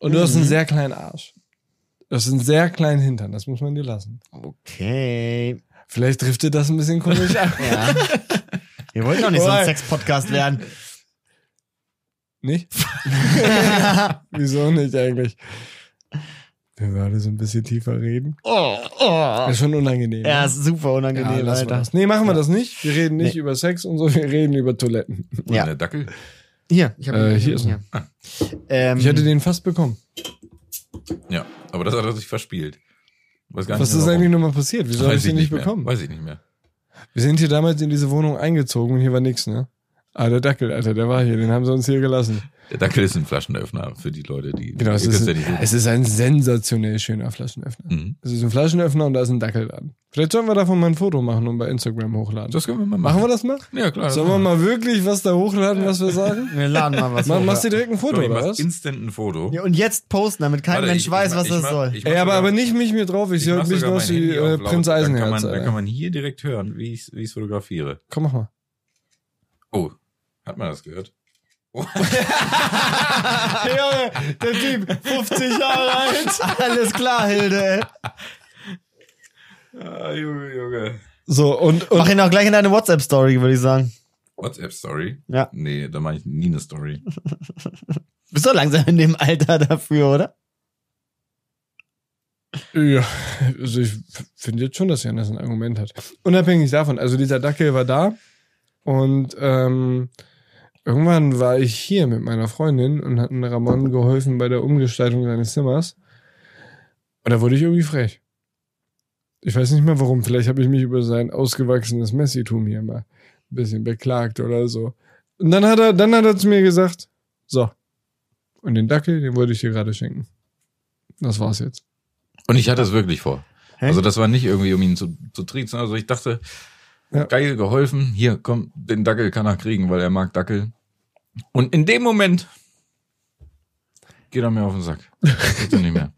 Und du
Mhm.
hast einen sehr kleinen Arsch. Du hast einen sehr kleinen Hintern, das muss man dir lassen.
okay.
Vielleicht driftet das ein bisschen komisch ab.
Ja. Wir wollten doch nicht so
Wobei-
ein Sex-Podcast werden.
Nicht? Wieso nicht eigentlich? Wir würden so ein bisschen tiefer reden.
Oh, oh.
Ist schon unangenehm.
Ja,
ne?
ist super
Ja,
unangenehm,
lassen wir
Alter.
das. Nee, machen wir das nicht. Wir reden nicht
Nee. Mhm.
über Sex und so, wir reden über Toiletten.
Und
Ja.
eine Dackel.
Hier, ich hab
Äh, hier ist er.
Ähm,
Ich hätte den fast bekommen.
Ja, aber das hat er sich verspielt. Weiß gar
Was
nicht
ist
mehr,
eigentlich nochmal passiert? Wieso
warum.
habe
Weiß
ich den nicht
mehr.
bekommen?
Weiß ich nicht mehr.
Wir sind hier damals in diese Wohnung eingezogen und hier war nix, ne? Ah, der Dackel, Alter, der war hier, den haben sie uns hier gelassen.
Der Dackel ist ein Flaschenöffner für die Leute, die.
Genau, es
ihr
ist,
wisst ja
ein,
nicht so-
es ist ein sensationell schöner Flaschenöffner.
Mhm.
Es ist ein Flaschenöffner und da ist ein Dackel dran. Vielleicht sollten wir davon mal ein Foto machen und bei Instagram hochladen.
Das können wir mal machen.
Machen wir das mal?
Ja, klar. das
Sollen wir mal wirklich was da hochladen, was wir sagen?
wir laden mal was
Ma-
hoch,
machst du
ja.
direkt ein Foto,
Johnny
oder
macht
was?
instant ein Foto.
ja, Und jetzt posten, damit kein
Warte,
Mensch
ich-
weiß,
ich-
was
ich
das
mach-
soll.
ich mach
Ey, aber,
sogar-
aber nicht mich mit drauf, ich
ich
höre
mach
mich
sogar
noch
mein
wie
Handy
äh,
auf laut.
Prinz
Dann
Eisenherz.
kann man, dann
Alter.
kann man hier direkt hören, wie ich es fotografiere.
Komm, mach mal.
Oh, hat man das gehört?
Junge, der Typ, 50 Jahre alt. Alles klar, Hilde.
Ah, Junge, Junge.
So, und, und
Mach ihn auch gleich in deine WhatsApp-Story, würde ich sagen.
WhatsApp-Story?
Ja.
Nee, da mache ich nie eine Story.
Bist doch langsam in dem Alter dafür, oder?
ja, also ich finde jetzt schon, dass Jan das ein Argument hat. Unabhängig davon, also dieser Dackel war da und ähm, irgendwann war ich hier mit meiner Freundin und hatten Ramon geholfen bei der Umgestaltung seines Zimmers. Und da wurde ich irgendwie frech. Ich weiß nicht mehr warum. Vielleicht habe ich mich über sein ausgewachsenes Messitum hier mal ein bisschen beklagt oder so. Und dann hat er, dann hat er zu mir gesagt, so. Und den Dackel, den wollte ich dir gerade schenken. Das war's jetzt.
Und ich hatte es wirklich vor.
Hä?
Also das war nicht irgendwie, um ihn zu, zu triezen. Also ich dachte,
Ja.
geil, geholfen. Hier, komm, den Dackel kann er kriegen, weil er mag Dackel. Und in dem Moment geht er mir auf den Sack. Das geht er nicht mehr.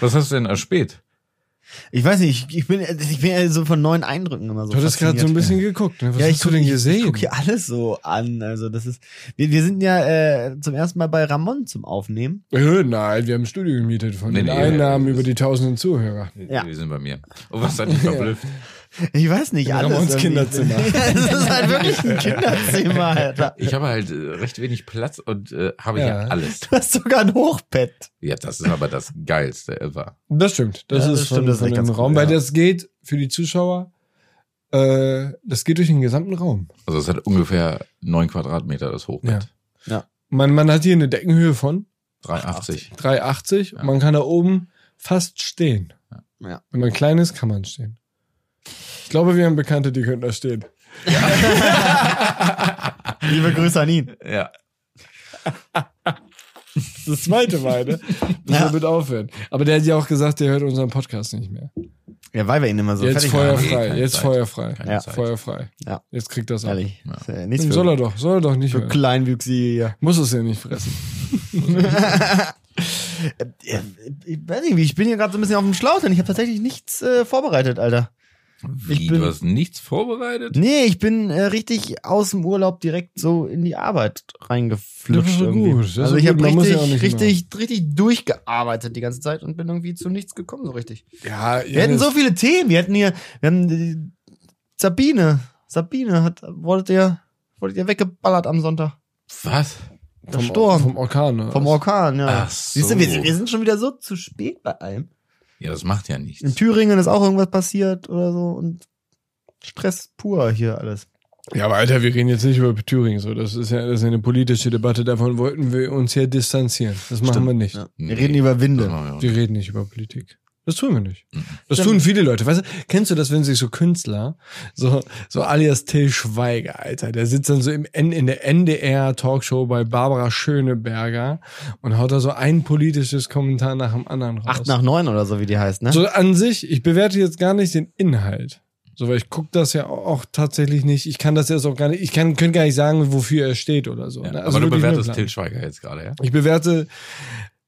Was hast du denn erspäht?
Ich weiß nicht, ich, ich bin ich bin ja so von neuen Eindrücken immer so.
Du hattest gerade so
fasziniert.
ein bisschen geguckt. Ne? Was
ja, ich
hast du
guck-
denn
ich-
gesehen?
Ich gucke hier alles so an. Also das ist. Wir, wir sind ja äh, zum ersten Mal bei Ramon zum Aufnehmen.
Äh, Nein, wir haben ein Studio gemietet von
Nee,
den
nee,
Einnahmen
nee,
über die tausenden Zuhörer.
Ja.
Die sind bei mir. Oh, was hat dich verblüfft?
Ich weiß nicht,
In
alles.
Ramons
irgendwie.
Kinderzimmer.
das ist halt wirklich ein Kinderzimmer, Alter.
Ich habe halt äh, recht wenig Platz und äh, habe ja.
Ja.
alles.
Du hast sogar ein Hochbett.
Ja, das ist aber das Geilste ever.
Das stimmt. Das
Ja,
ist
das
von,
stimmt, das ist
von
echt
dem
ganz
Raum,
cool,
weil
ja.
das geht für die Zuschauer. Äh, das geht durch den gesamten Raum.
Also es hat ungefähr neun Quadratmeter das Hochbett.
Ja. Man, man hat hier eine Deckenhöhe von
380.
3,80.
Ja.
und Man kann da oben fast stehen.
Ja.
Wenn man klein ist, kann man stehen. Ich glaube, wir haben Bekannte, die können da stehen.
Liebe Grüße an ihn.
Ja.
Das zweite Mal, ne? Das
Ja.
wird aufhören. Aber der hat ja auch gesagt, der hört unseren Podcast nicht mehr.
Ja, weil wir ihn immer so
jetzt
fertig
Feuer-
machen.
Nee,
feuerfrei,
keine Zeit.
jetzt feuerfrei.
Keine
Ja.
Zeit.
Feuerfrei.
Ja.
Jetzt kriegt das ab. Hm,
Ehrlich. Ist ja nichts
Soll
für,
er doch, soll er doch nicht
für
hören.
Kleinwüchsige hier.
Muss es ja nicht fressen.
Äh, Ich weiß nicht, wie, ich bin hier gerade so ein bisschen auf dem Schlauch, denn ich habe tatsächlich nichts äh, vorbereitet, Alter.
Wie,
Ich bin-
du hast nichts vorbereitet?
Nee, ich bin äh, richtig aus dem Urlaub direkt so in die Arbeit
Das
reingeflutscht
ist so
irgendwie.
gut, das ist
also
so
ich
gut,
habe
man muss
richtig,
ja auch nicht
richtig, richtig durchgearbeitet die ganze Zeit und bin irgendwie zu nichts gekommen so richtig.
Ja,
Wir hatten so viele Themen, wir hatten hier, wir hatten äh, Sabine, Sabine hat, wolltet ihr, wolltet ihr weggeballert am Sonntag
Was?
Der Sturm.
Vom Orkan. ne?
vom Orkan, ja.
Ach so.
Siehst du, wir, wir sind schon wieder so zu spät bei allem.
Ja, das macht ja
In
nichts.
Thüringen ist auch irgendwas passiert oder so und Stress pur hier alles.
Ja, aber Alter, wir reden jetzt nicht über Thüringen. So. Das, ist ja, das ist ja eine politische Debatte. Davon wollten wir uns ja distanzieren. Das machen wir nicht. Genau.
Ja.
Nee.
Wir reden über
Das
Winde.
machen wir auch nicht.
Wir reden nicht über Politik. Das tun wir nicht.
Mhm.
Das
Stimmt.
tun viele Leute. Weißt du, kennst du das, wenn sich so Künstler, so, so alias Till Schweiger, Alter, der sitzt dann so im N, in der NDR-Talkshow bei Barbara Schöneberger und haut da so ein politisches Kommentar nach dem anderen raus.
Acht nach neun oder so, wie die heißt, ne?
So an sich, ich bewerte jetzt gar nicht den Inhalt. So, weil ich gucke das ja auch tatsächlich nicht. Ich kann das jetzt auch gar nicht, ich kann, könnte gar nicht sagen, wofür er steht oder so.
Ja.
ne?
aber du
nur die
bewertest
Hintergrund-
Til Schweiger jetzt gerade, ja?
Ich bewerte,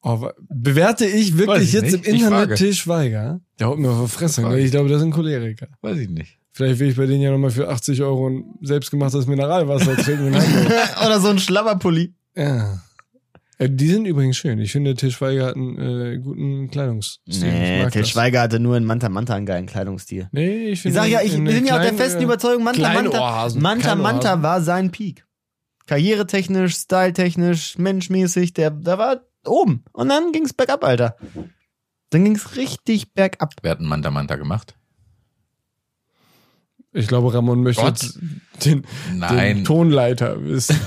oh, wa- bewerte ich
Weiß
wirklich
ich
jetzt
nicht.
im
Ich frage.
Internet Til Schweiger? Der haut mir auf die Fresse.
Frage.
Ne? Ich glaube, das ist ein Choleriker.
Weiß ich nicht.
Vielleicht will ich bei denen ja nochmal für 80 Euro ein selbstgemachtes Mineralwasser trinken. in Hamburg.
oder so ein Schlabberpulli.
ja. Äh, Die sind übrigens schön. Ich finde, Til Schweiger hat einen äh, guten Kleidungsstil. Ich
Nee,
mag
Til
das.
Schweiger hatte nur in Manta Manta einen geilen Kleidungsstil.
Nee, ich
Ich
finde.
sag ja, ich
in- in
bin ja auf der
kleinen,
festen
äh,
Überzeugung, Manta Manta,
Kleinohrhasen.
Manta,
Kleinohrhasen.
Manta war sein Peak. Karrieretechnisch, styletechnisch, menschmäßig, der, der war oben. Und dann ging's bergab, Alter. Dann ging's richtig bergab.
Wer hat einen Manta Manta gemacht?
Ich glaube, Ramon möchte
Gott.
jetzt den, den
Nein,
Tonleiter wissen.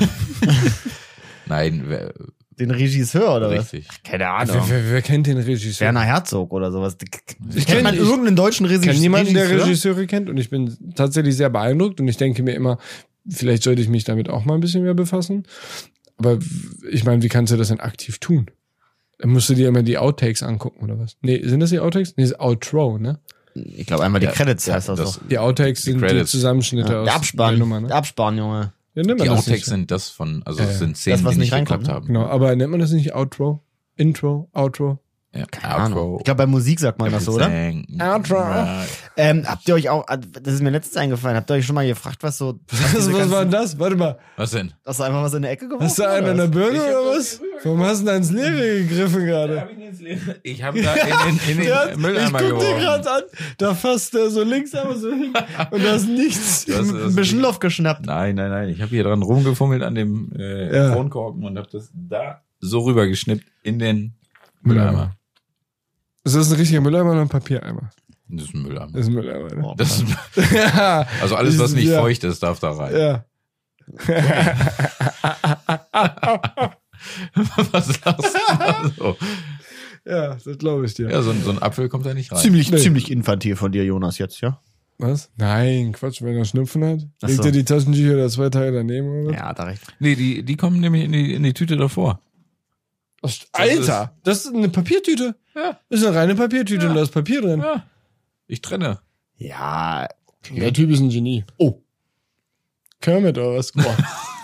nein, wer,
Den Regisseur oder was?
richtig.
Keine
wer, wer, wer kennt den Regisseur?
Werner Herzog oder sowas. Ich
kenn-
kennt man
ich-
irgendeinen deutschen Resi-
Ich
Regisseur?
kenne niemanden, der Regisseure kennt und ich bin tatsächlich sehr beeindruckt und ich denke mir immer, vielleicht sollte ich mich damit auch mal ein bisschen mehr befassen. Aber w- ich meine, wie kannst du das denn aktiv tun? Dann musst du dir immer die Outtakes angucken oder was? Nee, sind das die Outtakes? Nee, das ist Outro, ne?
Ich glaube einmal die
Ja,
Credits
ja,
heißt das,
das-
so.
Die Outtakes
Die
sind die
Credits.
Zusammenschnitte
Ja,
aus
der Abspann,
der Nummer, ne?
der Abspann, Junge.
Ja, nennt man
Die
das nicht
Outtakes
so.
sind das von, also
Ja,
es
ja.
sind Szenen,
Das, was
die nicht
nicht reinkommt, ne?
geklappt haben.
Genau, aber nennt man das nicht Outro? Intro, Outro?
Ja.
Keine Ahnung. Ich glaube, bei Musik sagt man das so, oder?
Outro.
Ähm, habt ihr euch auch, das ist mir letztens eingefallen, habt ihr euch schon mal gefragt, was so. Was,
Was,
diese
was
ganzen-
war denn das? Warte mal.
Was denn?
Hast du einfach was in der Ecke geworfen?
Hast du einen
oder
an der
was?
Birne oder was? Warum hast du da ins Leere gegriffen gerade?
Ich habe da in, den- in den
Der hat, ich
Mülleimer
guck dir
geworfen.
gerade an, da fasst er so links, aber so hin und da ist nichts.
Das ist-
Ein bisschen Luft geschnappt.
Nein, nein, nein. Ich habe hier dran rumgefummelt an dem äh,
Ja.
Kronkorken und habe das da so rübergeschnippt in den Mülleimer.
Ist das ein richtiger Mülleimer oder ein Papiereimer?
Das ist ein Mülleimer.
Das ist ein Mülleimer. Ne?
Oh,
Das ist,
ja,
also alles, was nicht
Ja.
feucht ist, darf da rein.
ja.
Was lachst du da so?
ja, das glaube ich dir.
Ja, so, ein- so ein Apfel kommt da nicht rein.
ziemlich,
Nee.
ziemlich infantil von dir, Jonas, jetzt, ja?
Was? Nein, Quatsch, wenn er Schnupfen hat,
Ach
legt
so.
er die Taschentücher da zwei Tage daneben oder? was?
Ja, hat er recht.
Nee, die, die kommen nämlich in die, in die Tüte davor.
Das, Alter, das ist eine Papiertüte. Ja. Das ist eine reine Papiertüte und da ist Papier drin.
Ja. Ich trenne.
Ja,
Der Typ ist ein Genie. Oh. Kermit oder was? Boah.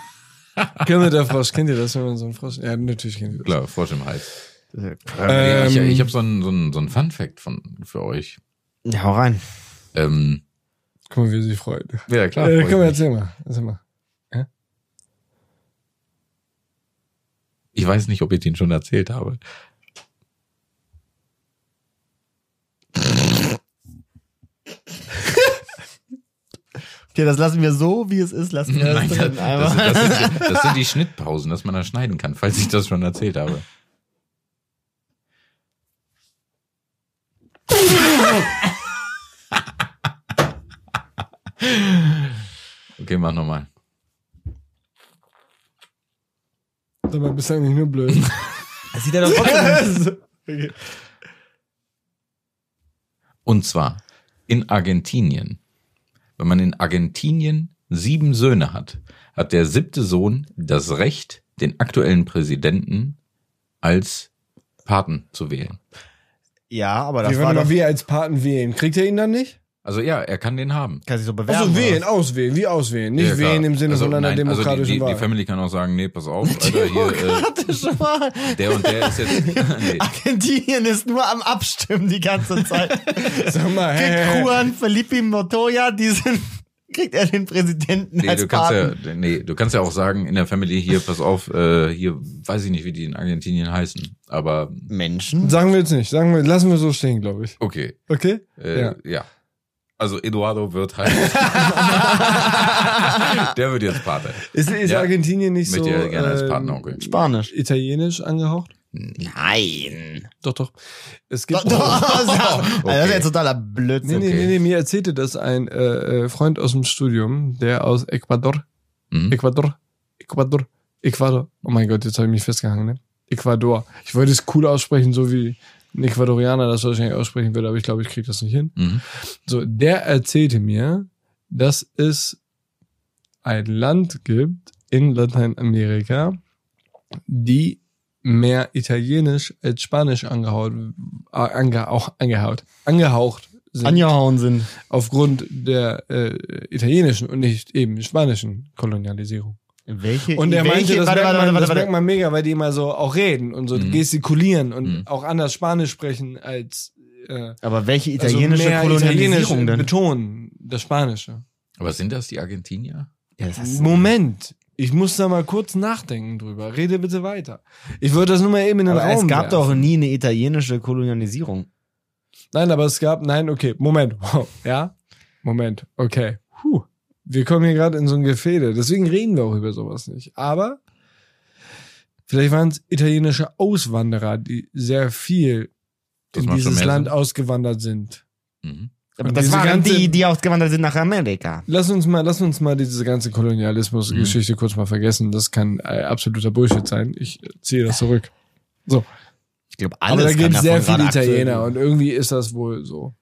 Kermit der Frosch, kennt ihr das, wenn man so einen Frosch? Ja, natürlich kennt ihr das.
Klar, Frosch im Hals.
äh,
Nee, ich
Ähm,
ich habe so einen so einen- so einen Fun-Fact von- für euch.
Ja, hau rein.
Ähm,
Guck mal, wie sie sich freut.
ja, klar.
äh,
freut
komm,
mich.
erzähl mal. Erzähl mal.
Ich weiß nicht, ob ich den schon erzählt habe.
Okay, das lassen wir so, wie es ist, lassen wir
Nein,
das
das,
drin.
das,
Einmal.
sind- das, sind, das sind die Schnittpausen, dass man da schneiden kann, falls ich das schon erzählt habe. Okay, mach nochmal.
Sag mal, bist du eigentlich nur blöd?
Das sieht ja doch trotzdem. Okay.
Und zwar in Argentinien. Wenn man in Argentinien sieben Söhne hat, hat der siebte Sohn das Recht, den aktuellen Präsidenten als Paten zu wählen.
Ja, aber das
Wir
war
werden
doch,
mal wir als Paten wählen. Kriegt er ihn dann nicht?
Also ja, er kann den haben.
kann sich so bewerben.
Achso,
oder
wählen,
was?
auswählen, wie auswählen. Nicht
Ja, klar.
wählen im Sinne
Also,
von einer
nein, also die-
demokratischen
die,
Wahl.
Die Family kann auch sagen, nee, pass auf, Alter, hier,
Demokratische Wahl.
äh, der und der ist jetzt. Nee.
Argentinien ist nur am Abstimmen die ganze Zeit.
Sag mal,
Kriegt
hey, hey.
Juan Felipe Motoya diesen, kriegt er den Präsidenten
Nee,
als
du kannst
Paten.
ja, nee, du kannst ja auch sagen, in der Family hier, pass auf, äh, hier, weiß ich nicht, wie die in Argentinien heißen, aber
Menschen?
Sagen wir jetzt nicht. Sagen wir, lassen wir so stehen, glaube ich.
okay.
Okay?
Äh, ja.
Ja.
Also Eduardo wird halt. der wird jetzt Pate.
Ist, ist
Ja.
Argentinien nicht
Möchte
so
ja gerne als
ähm,
Patenonkel.
Spanisch.
italienisch angehaucht?
Nein.
Doch, doch. Es gibt.
Doch, doch,
Oh. Okay.
Das ist jetzt totaler
Nee,
Blödsinn.
nee,
Okay.
nee, nee, mir erzählte das ein äh, äh, Freund aus dem Studium, der aus Ecuador,
Mhm.
Ecuador, Ecuador, Ecuador. Oh mein Gott, jetzt habe ich mich festgehangen, ne? Ecuador. Ich wollte es cool aussprechen, so wie ein Ecuadorianer das wahrscheinlich aussprechen würde, aber ich glaube, ich kriege das nicht hin.
Mhm.
So, der erzählte mir, dass es ein Land gibt in Lateinamerika, die mehr Italienisch als Spanisch angehaut, äh, ange, auch angehaut, angehaucht sind
Angehauen sind.
aufgrund der äh, italienischen und nicht eben spanischen Kolonialisierung.
Welche?
Und er
welche,
meinte, das,
warte,
merkt,
warte,
man,
warte,
das merkt
warte.
man mega, weil die immer so auch reden und so
Mhm.
gestikulieren und
Mhm.
auch anders Spanisch sprechen als äh,
Aber welche
also
italienische
mehr
Kolonialisierung
italienisch
denn?
betonen, das Spanische.
Aber sind das die Argentinier?
Ja, das ist-
Moment, ich muss da mal kurz nachdenken drüber. Rede bitte weiter. Ich würde das nur mal eben in den
aber
Raum
es gab
werfen.
doch nie eine italienische Kolonialisierung.
Nein, aber es gab, nein, okay, Moment, wow, ja, Moment, okay. Puh. Wir kommen hier gerade in so ein Gefilde, deswegen reden wir auch über sowas nicht. Aber vielleicht waren es italienische Auswanderer, die sehr viel
Das
in
macht schon
dieses
mehr
Land
Sinn.
ausgewandert sind.
Mhm.
Aber
Und
das
diese
waren
ganze-
die, die ausgewandert sind nach Amerika.
Lass uns mal, lass uns mal diese ganze
Mhm.
Kolonialismus-Geschichte kurz mal vergessen. Das kann äh, absoluter Bullshit sein. Ich äh, ziehe das zurück.
Ich glaube,
Aber da gibt es sehr viele
viele
Italiener und irgendwie ist das wohl so.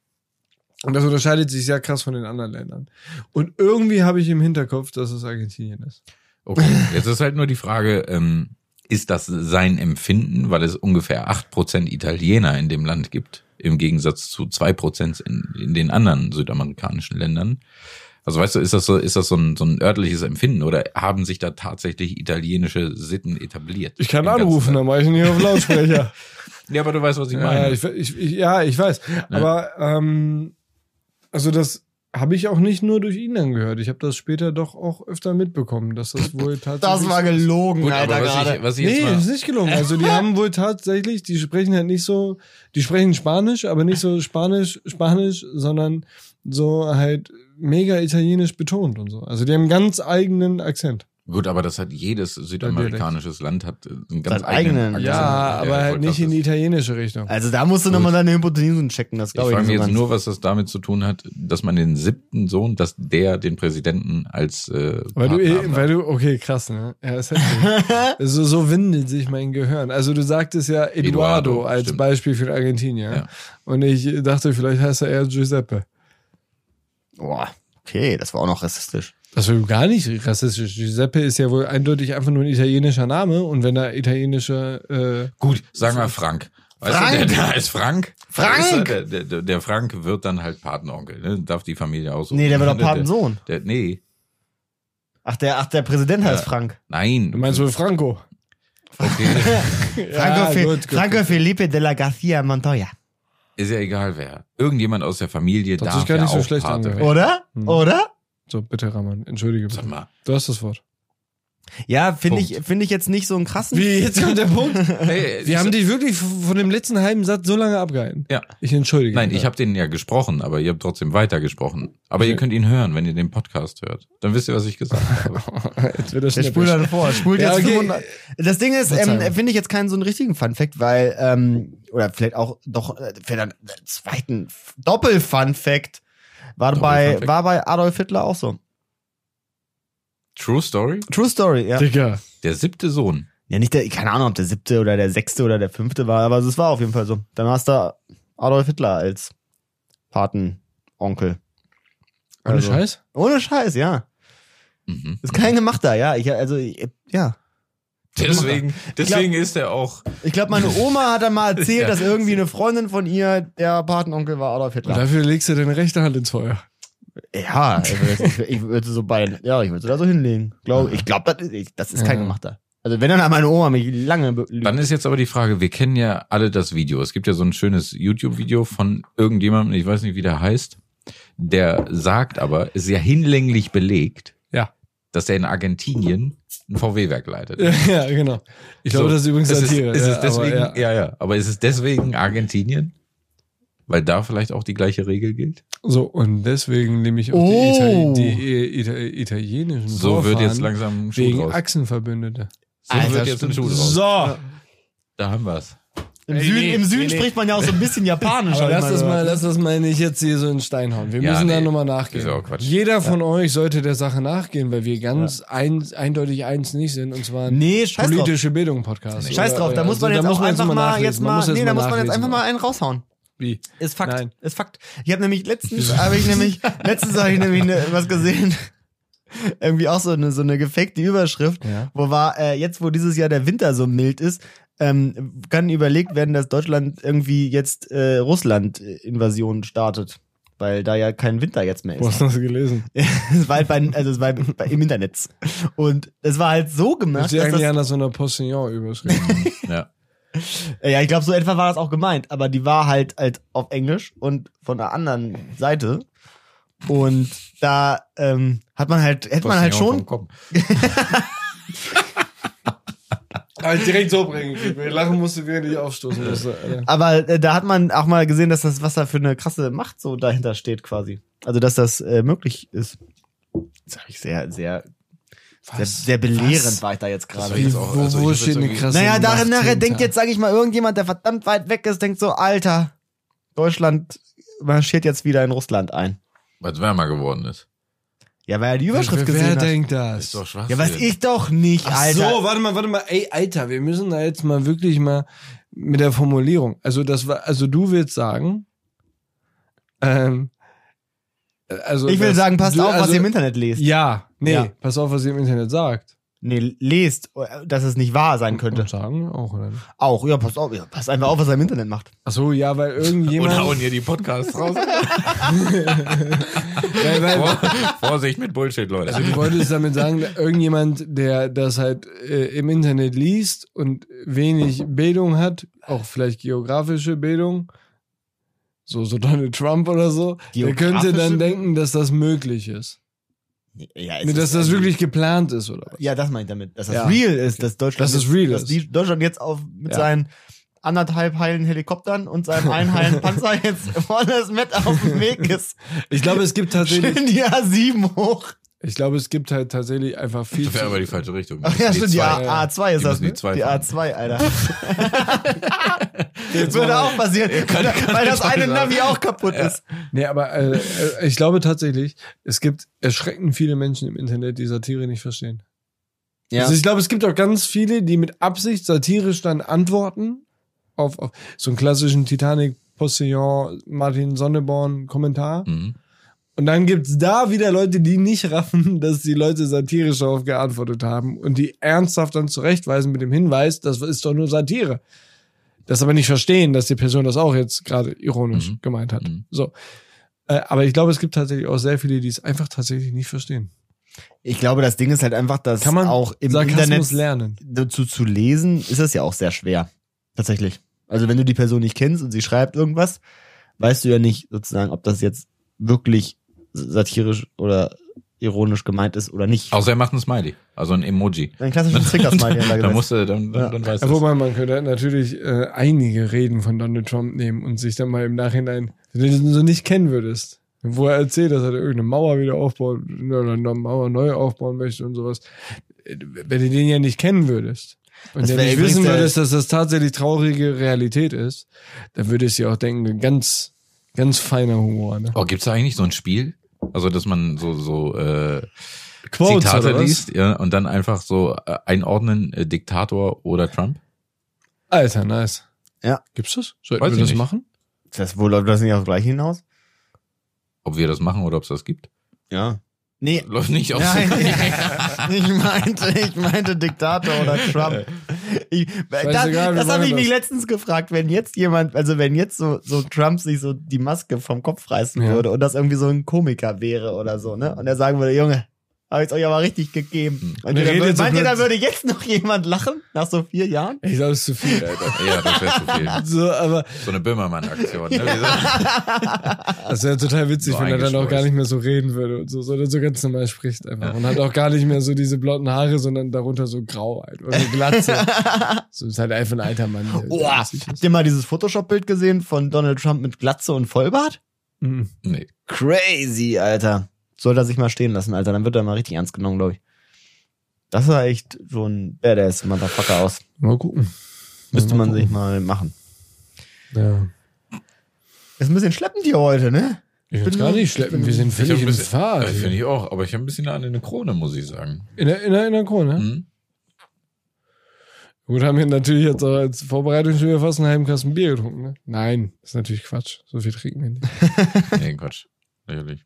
Und das unterscheidet sich sehr krass von den anderen Ländern. Und irgendwie habe ich im Hinterkopf, dass es Argentinien ist.
Okay. Jetzt ist halt nur die Frage, ähm, ist das sein Empfinden, weil es ungefähr 8% Italiener in dem Land gibt, im Gegensatz zu 2% in, in den anderen südamerikanischen Ländern? Also weißt du, ist das so, ist das so ein, so ein örtliches Empfinden oder haben sich da tatsächlich italienische Sitten etabliert?
Ich kann
Im ganzen
anrufen,
Land?
dann mache ich nicht auf Lautsprecher.
Ja, aber du weißt, was ich meine.
ja, ich, ich, ich, ja, ich weiß. Aber ähm, also das habe ich auch nicht nur durch ihn dann gehört. Ich habe das später doch auch öfter mitbekommen, dass das wohl tatsächlich.
Das war gelogen,
Gut,
Alter,
aber was ich,
gerade.
was ich jetzt
Nee,
mal,
ist nicht gelungen. Also die haben wohl tatsächlich, die sprechen halt nicht so, die sprechen Spanisch, aber nicht so Spanisch, Spanisch, sondern so halt mega italienisch betont und so. Also die haben einen ganz eigenen Akzent.
gut, aber das hat jedes südamerikanisches Land hat äh, einen ganz
Seinen
eigenen.
eigenen,
Akzent,
Ja,
der
halt
erfolgreich ist.
italienische Richtung.
Also da musst du nochmal deine Hypothesen checken, das
Ich
glaube ich,
frage mich
nicht so
jetzt
ganz.
nur, was das damit zu tun hat, dass man den siebten Sohn, dass der den Präsidenten als äh,
Weil du,
Partner
eh-
haben darf.
weil du, okay, krass, ne? Ja, ist heftig. so, so windet sich mein Gehirn. Also du sagtest ja Eduardo,
Eduardo,
als
stimmt.
Beispiel für Argentinier.
Ja.
Und ich dachte, vielleicht heißt er eher Giuseppe.
Boah, okay, das war auch noch rassistisch.
Das ist gar nicht rassistisch. Giuseppe ist ja wohl eindeutig einfach nur ein italienischer Name und wenn da italienische äh,
Gut, sag mal Frank. Weißt
Frank!
du, der da ist Frank.
Frank!
Weißt du, Der, der, der- der Frank wird dann halt Patenonkel, ne? Darf die Familie aussuchen.
nee, der war doch
Der-
Patensohn.
ne? Der, nee,
Ach, der, ach, der Präsident heißt
Ja.
Frank.
nein.
Du meinst wohl Franco?
okay.
Ja,
Franco, Fe
gut, gut.
Franco Felipe de la Garcia Montoya.
Ist ja egal wer. Irgendjemand aus der Familie
Das hat
darf
sich gar
ja
nicht so
auch
schlecht
Pate
angehört.
werden.
Oder?
Hm.
Oder?
So, bitte, Raman, entschuldige
Sag
bitte.
mal,
Du hast das Wort.
Ja, finde
Punkt.
ich, finde ich jetzt nicht so einen krassen.
Hm. Wie, jetzt kommt der Punkt.
hey,
Wir
ich-
haben dich wirklich von dem letzten halben Satz so lange abgehalten.
Ja.
Ich entschuldige.
Nein,
mich.
ich habe den ja gesprochen, aber ihr habt trotzdem weitergesprochen. Aber ihr
Okay.
könnt ihn hören, wenn ihr den Podcast hört. Dann wisst ihr, was ich gesagt habe.
Jetzt wird das
Der spult
schnell.
dann vor, spult
Ja,
jetzt
okay.
500. Das Ding ist, ähm,
Verzeihung.
finde ich jetzt keinen so einen richtigen Fun-Fact, weil, ähm, oder vielleicht auch doch, äh, vielleicht einen zweiten F- Doppel-Fun-Fact. War, bei,
Doppel-Fun-Fact.
war bei Adolf Hitler auch so.
True Story?
True Story, ja.
Digga.
Der siebte Sohn.
Ja, nicht der, keine Ahnung, ob der siebte oder der sechste oder der fünfte war, aber es war auf jeden Fall so. Dann hast du Adolf Hitler als Patenonkel.
Ohne
Also.
Scheiß?
Ohne Scheiß, ja.
Mhm.
Ist kein gemachter, ja. Ich, also, ich, ja.
Deswegen, deswegen ist er auch.
Ich glaube, meine Oma hat da mal erzählt,
Ja.
dass irgendwie eine Freundin von ihr, der Patenonkel war Adolf
Und
Hitler.
dafür legst du deine rechte Hand ins Feuer.
Ja, also das- ich, ich würde so bei, ja, ich würde sie da so hinlegen. Glaub, ich glaube, das, ist- ich- das ist kein
Ja.
gemachter. Also wenn dann hat meine Oma mich lange be-
Dann ist jetzt aber die Frage, wir kennen ja alle das Video. Es gibt ja so ein schönes YouTube-Video von irgendjemandem, ich weiß nicht, wie der heißt, der sagt aber, es ist ja hinlänglich belegt,
Ja.
dass er in Argentinien ein VW-Werk leitet.
ja, genau. Ich glaube,
So,
das ist übrigens
es ist,
Satire.
Ist es
ja,
deswegen,
aber,
ja,
ja.
ja, aber ist es deswegen Argentinien? Weil da vielleicht auch die gleiche Regel gilt?
So, und deswegen nehme ich auch
Oh.
die, Itali die Ita italienischen
So wird
Vorfahren
jetzt langsam ein Schuh
wegen
draus.
Achsenverbündete.
So
Alter,
wird jetzt ein Schuh draus.
So.
Da haben wir's.
Im
Ey,
Süden,
nee,
im Süden
nee, nee.
spricht man ja auch so ein bisschen Japanisch.
Aber
hab ich
lass das, mal,
gehört.
lass das mal nicht jetzt hier so in den Stein hauen. Wir
Ja,
müssen da
nee.
nochmal nachgehen.
Ist ja auch Quatsch.
Jeder von euch sollte der Sache nachgehen, weil wir ganz ein, eindeutig eins nicht sind, und zwar ein
Nee, scheiß drauf.
politische Bildung-Podcast. also
Scheiß drauf, da muss man jetzt auch einfach mal jetzt mal, nee, da muss man jetzt einfach mal einen raushauen.
Wie?
Ist Fakt,
Nein.
ist Fakt. Ich habe nämlich letztens, habe ich nämlich letztens habe ich nämlich ne, was gesehen. Irgendwie auch so eine so eine gefakte Überschrift,
Ja.
wo war äh, jetzt, wo dieses Jahr der Winter so mild ist, ähm, kann überlegt werden, dass Deutschland irgendwie jetzt äh, Russland-Invasion startet, weil da ja kein Winter jetzt mehr
Wo
ist.
hast du das gelesen?
Es war halt bei, also es war bei, im Internet und es war halt so
Ich
gemacht,
sehe
dass das
eigentlich an, dass so einer Postillon überschrieben
Ja.
Äh, Ja, ich glaube, so etwa war das auch gemeint, aber die war halt, halt auf Englisch und von der anderen Seite. Und da ähm, hat man halt, hätte man halt schon.
Aber Halt direkt so bringen. Wir lachen musste, während ich aufstoßen musste. Alter.
Aber äh, da hat man auch mal gesehen, dass das, was da für eine krasse Macht so dahinter steht, quasi. Also, dass das äh, möglich ist. Das habe ich sehr, sehr, sehr, sehr belehrend war ich da jetzt
soll ich
gerade.
jetzt auch- also ich hab jetzt irgendwie-
krasse
Naja, darin,
Macht
nachher
hinter?
denkt jetzt, sage ich mal, irgendjemand, der verdammt weit weg ist, denkt so, Alter, Deutschland marschiert jetzt wieder in Russland ein.
Was wärmer geworden ist.
Ja, weil er die Überschrift
wer,
gesehen
wer
hat.
denkt das?
Ist doch schwach.
Ja, weiß ich doch nicht,
Ach
Alter.
so, warte mal, warte mal. Ey, Alter, wir müssen da jetzt mal wirklich mal mit der Formulierung. Also das war, also du willst sagen, ähm, also
ich will
das-
sagen, passt
du-
auf, was
also-
ihr im Internet lest.
Ja, nee,
Ja.
pass auf, was ihr im Internet sagt.
Nee, lest, äh, dass es nicht wahr sein könnte.
Und sagen auch, oder? nicht?
Auch, ja, passt auf, ja, passt einfach auf, was er im Internet macht.
Ach so, ja, weil
Und
irgendjemand,
hauen hier die Podcasts raus.
weil, weil,
Vor, Vorsicht mit Bullshit, Leute.
Also du wolltest damit sagen, irgendjemand, der das halt äh, im Internet liest und wenig Bildung hat, auch vielleicht geografische Bildung, so, so Donald Trump oder so, der könnte
Geografische
dann denken, dass das möglich ist.
Ja,
Nee, dass das wirklich geplant ist, oder was?
Ja, das meine ich damit. Dass das
Ja.
real ist, dass Deutschland,
Dass es real
dass
ist.
die Deutschland jetzt auf, mit
Ja.
seinen anderthalb heilen Helikoptern und seinem einen heilen Panzer jetzt vorne das Met auf dem Weg ist.
Ich glaube, es gibt tatsächlich,
Schön die A7 hoch.
ich glaube, es gibt halt tatsächlich einfach viel.
das wäre aber die falsche Richtung.
Ach ja,
Die
stimmt, die
zwei.
A- A2 ist
Die
das.
müssen die
Ne?
zwei
Die
fahren.
A2, Alter. Das
mal-
würde auch passieren, weil das
kann
eine
sein.
Navi auch kaputt ist.
Nee, aber äh, äh, ich glaube tatsächlich, es gibt erschreckend viele Menschen im Internet, die Satire nicht verstehen. Also ich glaube, es gibt auch ganz viele, die mit Absicht satirisch dann antworten auf, auf so einen klassischen Titanic Postillon, Martin Sonneborn Kommentar.
Mhm.
Und dann gibt's da wieder Leute, die nicht raffen, dass die Leute satirisch darauf geantwortet haben und die ernsthaft dann zurechtweisen mit dem Hinweis, das ist doch nur Satire. Das aber nicht verstehen, dass die Person das auch jetzt gerade ironisch
Mhm.
gemeint hat.
Mhm.
So. Äh, aber ich glaube, es gibt tatsächlich auch sehr viele, die es einfach tatsächlich nicht verstehen.
Ich glaube, das Ding ist halt einfach, dass
Kann man
auch im
Sarkasmus
Internet
lernen.
dazu zu lesen, ist das ja auch sehr schwer. Tatsächlich. Also wenn du die Person nicht kennst und sie schreibt irgendwas, weißt du ja nicht sozusagen, ob das jetzt wirklich satirisch oder ironisch gemeint ist oder nicht.
Außer er macht ein Smiley, also ein Emoji.
Ein klassisches Zwinkersmiley. haben wir
dann
gesetzt.
musst du, dann, dann,
genau. Ja.
dann weißt du.
Wobei man könnte natürlich äh, einige Reden von Donald Trump nehmen und sich dann mal im Nachhinein, wenn du den so nicht kennen würdest, wo er erzählt, dass er da irgendeine Mauer wieder aufbaut oder eine Mauer neu aufbauen möchte und sowas. Äh, Wenn du den ja nicht kennen würdest und
Das
ja
wär
nicht
übrigens
wissen
der-
würdest, dass das tatsächlich traurige Realität ist, dann würdest du ja auch denken, ganz, ganz feiner Humor. Ne?
Oh, gibt's da eigentlich so ein Spiel? Also, dass man so, so, äh,
Quotes
Zitate
oder was?
liest ja, und dann einfach so äh, einordnen, äh, Diktator oder Trump?
Alter, nice.
Ja.
Gibt's das? Sollten
Weiß
wir
ich
das
nicht.
machen?
Das wohl läuft das nicht auf gleich hinaus?
Ob wir das machen oder ob es das gibt?
Ja. Nee.
Läuft nicht auf
Nein, ich meinte, ich meinte Diktator oder Trump. Ich, das
Scheißegal, wir
das habe
machen
ich mich
das.
letztens gefragt, wenn jetzt jemand, also wenn jetzt so, so Trump sich so die Maske vom Kopf reißen
Ja.
würde und das irgendwie so ein Komiker wäre oder so, ne? Und er sagen würde, Junge, hab ich's euch aber richtig gegeben. Und
Hm. Wir
jeder
reden
würde,
jetzt so
meint ihr, da
plötzlich-
würde jetzt noch jemand lachen nach so vier Jahren?
Ich glaube, es ist zu viel, Alter.
Ja, das wäre zu viel.
so, aber
So eine Böhmermann-Aktion. Ne? Wie so-
Das wäre total witzig,
So
wenn er dann auch
eingeschleust.
gar nicht mehr so reden würde und so, sondern so ganz normal spricht einfach. Und hat auch gar nicht mehr so diese blonden Haare, sondern darunter so grau halt oder so Glatze. so ist halt einfach ein alter Mann. der- der
Boah,
witzig ist.
habt ihr mal dieses Photoshop-Bild gesehen von Donald Trump mit Glatze und Vollbart?
Mhm.
Nee.
Crazy, Alter. Soll er sich mal stehen lassen, Alter. Dann wird er mal richtig ernst genommen, glaube ich. Das sah echt so ein badass Motherfucker aus.
Mal gucken.
Müsste
mal
man
gucken.
sich mal machen.
Ja.
Ist ein bisschen schleppend hier heute, ne?
Ich will
bin-
gar nicht schleppen, wir sind
Ich hab
völlig
ein
im
bisschen- Äh,
Fahrt.
Finde ich auch, aber ich habe ein bisschen eine, eine Krone, muss ich sagen.
In der, in der, in der Krone.
Hm?
Gut, haben wir natürlich jetzt auch als Vorbereitung schon wieder fast einen halben Kasten Bier getrunken. Ne? Nein, ist natürlich Quatsch. So viel trinken wir nicht.
Hm? Nee, Quatsch. Lächerlich.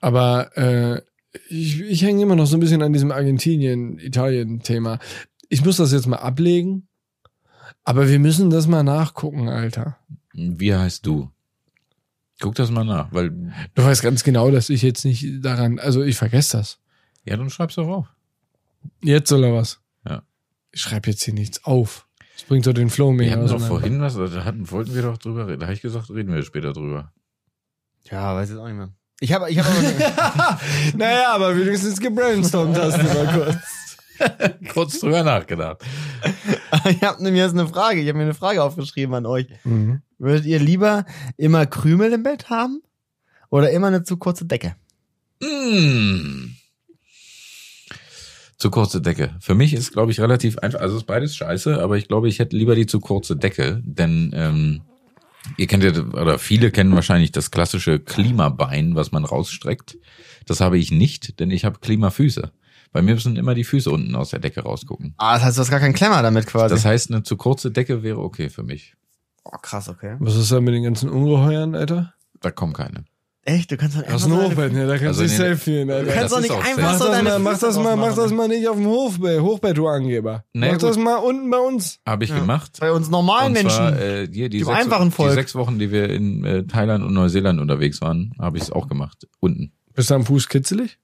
Aber äh, ich, ich hänge immer noch so ein bisschen an diesem Argentinien-Italien-Thema. Ich muss das jetzt mal ablegen, aber wir müssen das mal nachgucken, Alter.
Wie heißt du? Guck das mal nach, weil,
Du weißt ganz genau, dass ich jetzt nicht daran, also ich vergesse das.
ja, dann schreib's doch auf.
Jetzt oder was?
Ja.
Ich schreibe jetzt hier nichts auf. Das bringt doch den Flow mehr.
Wir hatten doch
auseinander.
vorhin was, da hatten, wollten wir doch drüber reden. Da habe ich gesagt, reden wir später drüber.
Ja, weiß jetzt auch nicht mehr. Ich habe ich hab aber
Naja, aber wenigstens gebrainstormt hast du mal kurz.
Kurz drüber nachgedacht.
ich hab mir jetzt eine Frage. Ich habe mir eine Frage aufgeschrieben an euch.
Mhm.
Würdet ihr lieber immer Krümel im Bett haben oder immer eine zu kurze Decke?
Mmh. Zu kurze Decke. Für mich ist, glaube ich, relativ einfach. Also ist beides scheiße, aber ich glaube, ich hätte lieber die zu kurze Decke, denn ähm, ihr kennt ja, oder viele kennen wahrscheinlich das klassische Klimabein, was man rausstreckt. Das habe ich nicht, denn ich habe Klimafüße. Bei mir müssen immer die Füße unten aus der Decke rausgucken.
Ah, das heißt, du hast gar keinen Klemmer damit quasi.
Das heißt, eine zu kurze Decke wäre okay für mich.
oh, krass, okay.
Was ist da mit den ganzen Ungeheuern, Alter?
Da kommen keine.
Echt? Du kannst doch
Aus
einfach
dem
so
Hochbett, ne? Da kannst
Also
du dich
in den-
safe fühlen, Alter.
Du kannst
Das
doch
ist
nicht
auch safe.
einfach so
Mach das,
deine
mal, mach, das
Füße
mal, mach
draus
das
machen.
mal nicht auf dem Hochbett, Hochbett, du Angeber.
Na ja,
mach das
gut.
mal unten bei uns.
Habe ich
Ja.
gemacht.
Bei uns normalen
Und
Menschen.
zwar, äh, hier die,
Dem
sechs,
einfachen Volk.
die sechs Wochen, die wir in äh, Thailand und Neuseeland unterwegs waren, habe ich es auch gemacht. Unten.
Bist du am Fuß kitzelig?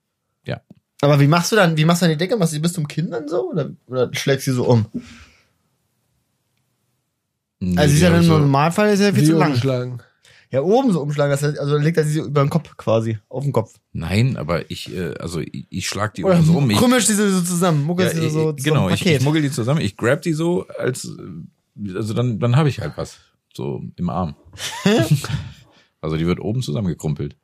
Aber wie machst du dann, wie machst du dann die Decke? Machst du die bis zum Kinn dann so? Oder, oder schlägst du sie so um?
Nee,
Also, sie ist
die
ja
hab
im
ich so-
Normalfall ist sie ja viel zu lang.
umschlagen.
Ja, oben so umschlagen. Das heißt, also dann legt er sie so über den Kopf quasi. Auf den Kopf.
Nein, aber ich, äh, also ich, ich schlag die
Oder
oben so um. Ich,
krümmelst du sie so zusammen.
ja,
Muckelst
ich,
du so
ich- genau,
so ein
ich, ich
Paket.
muggel die zusammen, ich grab die so, als äh, also dann, dann habe ich halt was. So im Arm. also die wird oben zusammengekrumpelt.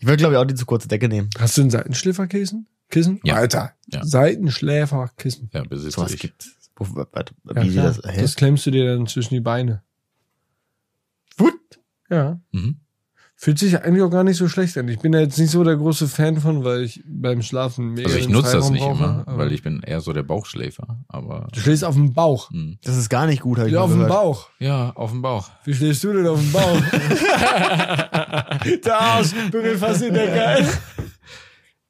Ich, würde, glaube ich, auch die zu kurze Decke nehmen.
Hast du einen Seitenschläferkissen? Kissen?
Ja.
Alter.
Ja.
Seitenschläferkissen.
Ja, besitze
was
ich.
gibt wo- wo- wo-
Ja,
Wie sie
klar.
das
das, klemmst du dir dann zwischen die Beine.
Gut.
Ja.
Mhm.
Fühlt sich eigentlich auch gar nicht so schlecht an. Ich bin da jetzt nicht so der große Fan von, weil ich beim Schlafen mega
Also ich
den
nutze das
Freiraum
nicht
brauche,
immer,
ne?
aber-
weil ich bin eher so der Bauchschläfer. Aber mhm.
Du schläfst auf dem Bauch.
mh.
Das ist gar nicht gut, habe ich
Ja,
mal
auf dem
gehört.
Bauch.
ja, auf dem Bauch.
Wie schläfst du denn auf dem Bauch? der Arsch berührt fast in der Geil.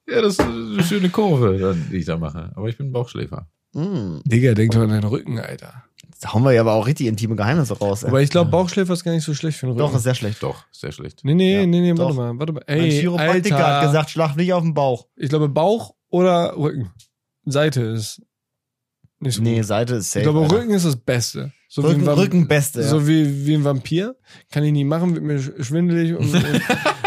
Ja, das ist eine schöne Kurve, dann, die ich da mache. Aber ich bin Bauchschläfer.
Hm.
Digga, denk doch an deinen Rücken, Alter.
Da hauen wir ja aber auch richtig intime Geheimnisse raus. Ey.
Aber ich glaube, Bauchschläfer ist gar nicht so schlecht für den Rücken.
Doch, ist sehr schlecht.
Doch, sehr schlecht.
Nee, nee,
Ja,
nee, nee,
doch.
warte mal, warte mal.
Mein
Ey,
Chiropraktiker
Alter.
hat gesagt, schlag nicht auf den Bauch.
Ich glaube, Bauch oder Rücken. Seite ist nicht so
Nee,
gut.
Seite ist
Ich
safe.
glaube,
Alter.
Rücken ist das Beste. So
Rücken,
ein Vamp-
Rückenbeste.
So wie, wie ein Vampir. Kann ich nicht machen, wird mir sch- schwindelig und, und,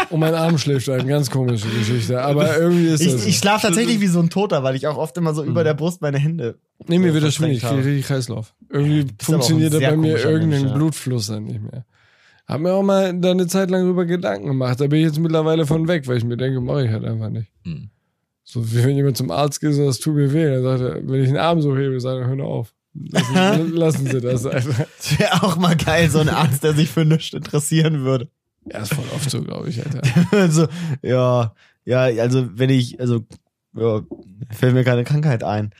und mein Arm schläft ein. Ganz komische Geschichte. Aber irgendwie ist das.
ich
so.
ich schlafe tatsächlich wie so ein Toter, weil ich auch oft immer so
Mhm.
über der Brust meine Hände.
nee, mir wird das
verstreckt
schwindelig. Ich kriege
habe.
richtig Kreislauf. Irgendwie
aber auch
funktioniert
ein
da
sehr
bei mir
komischer
irgendein
Mensch, ja.
Blutfluss dann nicht mehr. Hab mir auch mal da eine Zeit lang drüber Gedanken gemacht. Da bin ich jetzt mittlerweile von weg, weil ich mir denke, mache ich halt einfach nicht.
Hm.
So wie wenn jemand zum Arzt geht und sagt, das tut mir weh. Dann sagt er, wenn ich den Arm so hebe, sagt er, hör nur auf. Lassen, lassen Sie das einfach.
Das wäre auch mal geil, so ein Arzt, der sich für nichts interessieren würde.
Er ist voll oft so, glaube ich, Alter.
so, ja, ja, also wenn ich, also, ja, fällt mir keine Krankheit ein.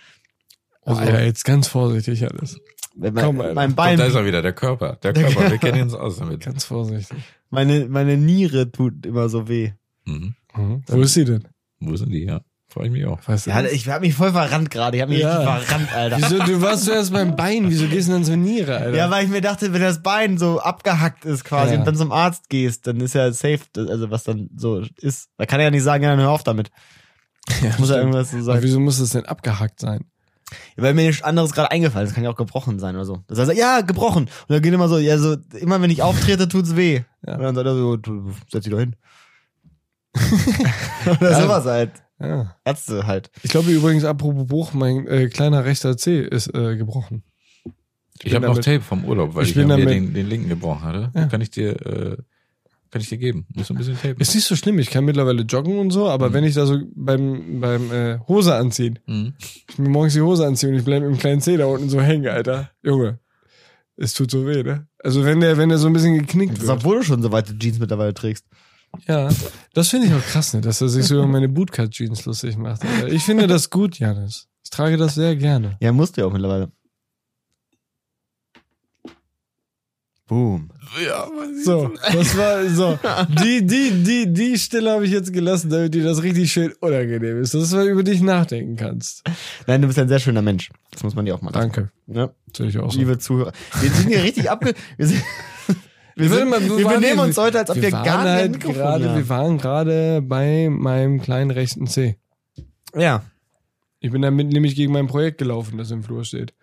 Also-
Also, Alter, jetzt ganz vorsichtig alles.
Wenn
Komm,
mein,
Alter.
mein
Doch,
Bein,
da ist er wieder, der Körper. Der Körper, wir kennen uns aus damit.
Ganz vorsichtig.
meine, meine Niere tut immer so weh.
Mhm.
Mhm. Wo ist sie denn?
Wo sind die? Ja, frage ich mich auch.
Weißt du
Ja,
das?
ich hab mich voll verrannt gerade. Ich hab mich
Mhm. Ja.
richtig verrannt, Alter.
Wieso, du warst zuerst beim Bein, wieso gehst du denn zur Niere, Alter?
Ja, weil ich mir dachte, wenn das Bein so abgehackt ist quasi
Genau. Ja.
und dann zum Arzt gehst, dann ist ja safe, also was dann so ist. Da kann er ja nicht sagen, ja, dann hör auf damit.
Ja,
Muss er
stimmt.
irgendwas so
Aber
sagen.
wieso muss das denn abgehackt sein?
Weil mir nichts anderes gerade eingefallen ist. Das kann ja auch gebrochen sein oder so. Das heißt, ja, gebrochen. Und dann geht immer so, ja, so, immer wenn ich auftrete, tut's weh.
Ja.
Und dann sagt er so, du, setz dich doch hin. oder
Ja. Oh
sowas halt.
Ja.
Ärzte halt.
Ich glaube übrigens, apropos Bruch, mein äh, kleiner rechter Zeh ist äh, gebrochen.
Ich habe
bin
noch
damit-
Tape vom Urlaub, weil
Ich
ich,
bin
ja mir
damit-
den, den linken gebrochen hatte.
Ja.
Kann ich dir, äh, kann ich dir geben. Muss ein bisschen tapen.
Ist nicht so schlimm, ich kann mittlerweile joggen und so, aber wenn ich da so beim, beim äh, Hose anziehen,
Mhm.
ich mir morgens die Hose anziehe und ich bleibe mit dem kleinen Zeh da unten so hängen, Alter. Junge, es tut so weh, ne? Also wenn der, wenn der so ein bisschen geknickt
Das
wird.
obwohl du schon so weite Jeans mittlerweile trägst.
Ja, das finde ich auch krass, ne, dass er sich so über meine Bootcut-Jeans lustig macht. Alter. Ich finde das gut, Janis. Ich trage das sehr gerne.
Ja, musst du ja auch mittlerweile. Boom.
Ja, weiß ich.
So, das war so. Die, die, die, die Stille habe ich jetzt gelassen, damit dir das richtig schön unangenehm ist, dass du über dich nachdenken kannst.
Nein, du bist ein sehr schöner Mensch. Das muss man dir auch mal lassen.
Danke.
Ne?
Sehe ich auch so.
Liebe Zuhörer. Wir sind hier richtig abge... Wir, sind, wir, sind,
Warte mal, wo
wir
waren
benehmen uns heute, als ob wir,
waren
gar nicht
halt
Mikrofon
gerade,
haben.
Wir waren gerade bei meinem kleinen rechten Zeh.
Ja.
Ich bin damit nämlich gegen mein Projekt gelaufen, das im Flur steht.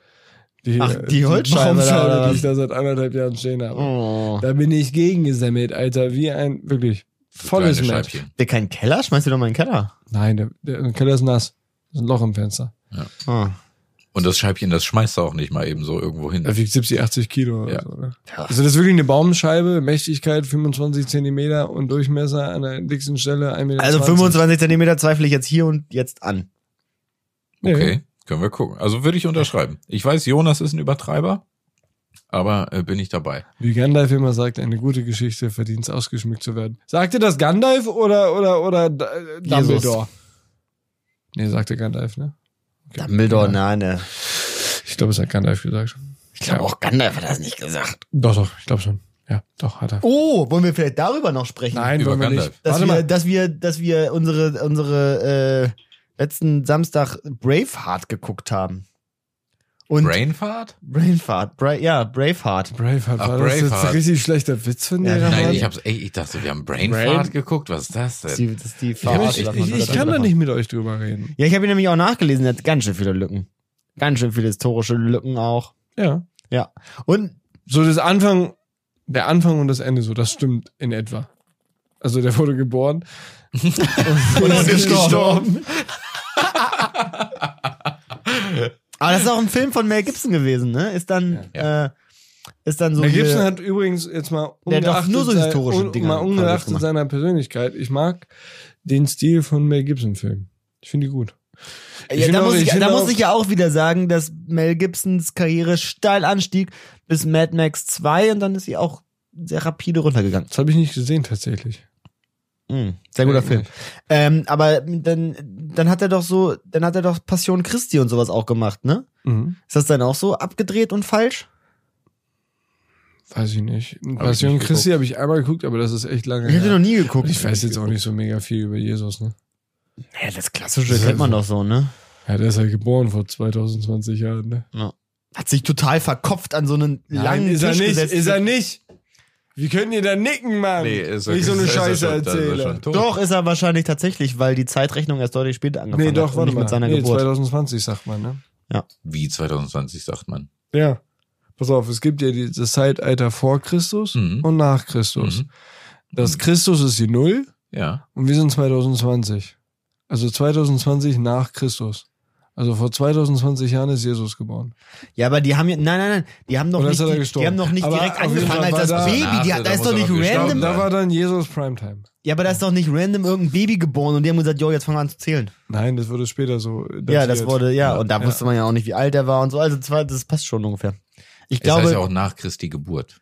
Ach, die Holzscheibe da,
Baumscheibe,
oder
die ich
was?
da seit anderthalb Jahren stehen habe.
Oh.
Da bin ich gegengesammelt, Alter, wie ein wirklich volles
Kleine
Match.
Scheibchen.
Der keinen Keller? Schmeißt du doch mal in den Keller.
Nein, der, der Keller ist nass. Da ist ein Loch im Fenster.
Oh.
Und das Scheibchen, das schmeißt du auch nicht mal eben so irgendwo hin.
Da wiegt 70, 80 Kilo oder
Ja.
so. Ne?
Ja.
Also das ist wirklich eine Baumscheibe, Mächtigkeit 25 Zentimeter und Durchmesser an der dicksten Stelle 1,20 Meter.
Also 25 Zentimeter zweifle ich jetzt hier und jetzt an.
Okay, können wir gucken. Also würde ich unterschreiben. Ich weiß, Jonas ist ein Übertreiber, aber äh, bin ich dabei.
Wie Gandalf immer sagt, eine gute Geschichte verdient es, ausgeschmückt zu werden. Sagte das Gandalf oder, oder, oder D- äh,
Jesus.
Dumbledore? Nee, sagte Gandalf, ne? Okay.
Dumbledore,
Ja.
nein. ne.
Ich glaube, es hat Gandalf gesagt.
Ich glaube auch Gandalf hat das nicht gesagt.
Doch, doch, ich glaube schon. Ja, doch, hat er.
Oh, wollen wir vielleicht darüber noch sprechen?
Nein,
Über
wollen wir
Gandalf.
nicht.
Dass
Warte
wir,
mal.
dass wir, dass wir unsere, unsere äh, letzten Samstag Braveheart geguckt haben. Und
Brainfart?
Braveheart, Bra ja, Braveheart.
Braveheart,
Ach,
war das jetzt ein
Braveheart.
richtig schlechter Witz von dir?
Ja,
Ramon?
Nein, ich hab's, ey, ich dachte, wir haben Brainfart
Brain-
geguckt. Was ist das
Das ist
denn?
die, das ist die
ich, hab
Verarsche,
ich,
sagt man
ich,
so
ich
dazu
kann da
davon.
nicht mit euch drüber reden.
Ja, ich habe ihn nämlich auch nachgelesen, er hat ganz schön viele Lücken. Ganz schön viele historische Lücken auch.
Ja.
Ja. Und
So das Anfang, der Anfang und das Ende, so das stimmt in etwa. Also der wurde geboren. und, und
Aber das ist auch ein Film von Mel Gibson gewesen, ne? Ist dann, äh, ist dann so.
Mel
hier-
Gibson hat übrigens jetzt mal
Der darf nur so
sein-
historische
un-
Dinge
mal
quasi
ungeachtet
gemacht.
seiner Persönlichkeit. Ich mag den Stil von Mel Gibson Filmen. Ich finde die gut. ich
ja,
finde
da
auch-
muss,
ich
ich,
finde
da
auch-
muss ich ja auch wieder sagen, dass Mel Gibsons Karriere steil anstieg bis Mad Max 2 und dann ist sie auch sehr rapide runtergegangen.
Das habe ich nicht gesehen tatsächlich. Äh,
Mhm. Sehr guter Film. Ähm, aber dann, dann hat er doch so, dann hat er doch Passion Christi und sowas auch gemacht, ne?
Mhm.
Ist das dann auch so abgedreht und falsch?
Weiß ich nicht.
Hab ich
Passion
nicht
Christi habe ich einmal geguckt, aber das ist echt lange
Ich hab den noch
her.
nie geguckt.
Ich weiß jetzt auch nicht so mega viel über Jesus, ne?
Ja, das Klassische kennt man doch so, ne?
Ja, der ist halt geboren vor 2020 Jahren, ne?
Hat sich total verkopft an so einen langen
ist
Tisch
er nicht,
gesetzt.
ist er nicht. Wie könnt ihr da nicken, Mann?
er-
Wenn ich so eine
ist er
Scheiße
schon- da ist er
erzähle.
schon tot.
Doch, ist er wahrscheinlich tatsächlich, weil die Zeitrechnung erst deutlich später angefangen
Nee,
hat.
doch,
und
warte
nicht
mal.
mit seiner
Nee,
Geburt.
2020 sagt man, ne?
Wie 2020 sagt man.
Ja. Pass auf, es gibt ja die- das Zeitalter vor Christus
Mhm.
und nach Christus.
Mhm.
Das
Mhm.
Christus ist die Null
Ja.
und wir sind 2020. Also 2020 nach Christus. Also vor 2020 Jahren ist Jesus geboren.
Ja, aber die haben ja, nein, nein, nein, die haben noch
Oder
nicht,
ist er da
die,
gestorben?
die haben noch nicht
Aber
direkt
auf jeden
angefangen
Fall
als das
war da-
Baby. Die,
Ach,
hat- da
da
ist
muss
doch
er
nicht
noch gestorben
random.
sein.
Da war dann Jesus Primetime.
Ja, aber da ist doch nicht random irgendein Baby geboren und die haben gesagt, jo, jetzt fangen wir an zu zählen.
Nein, das wurde später so.
Ja,
datiert.
das wurde, ja, und da
ja.
wusste man ja auch nicht, wie alt er war und so. Also, zwar, das passt schon ungefähr. Ich
Ich glaube, es heißt ja
glaube,
auch nach Christi Geburt.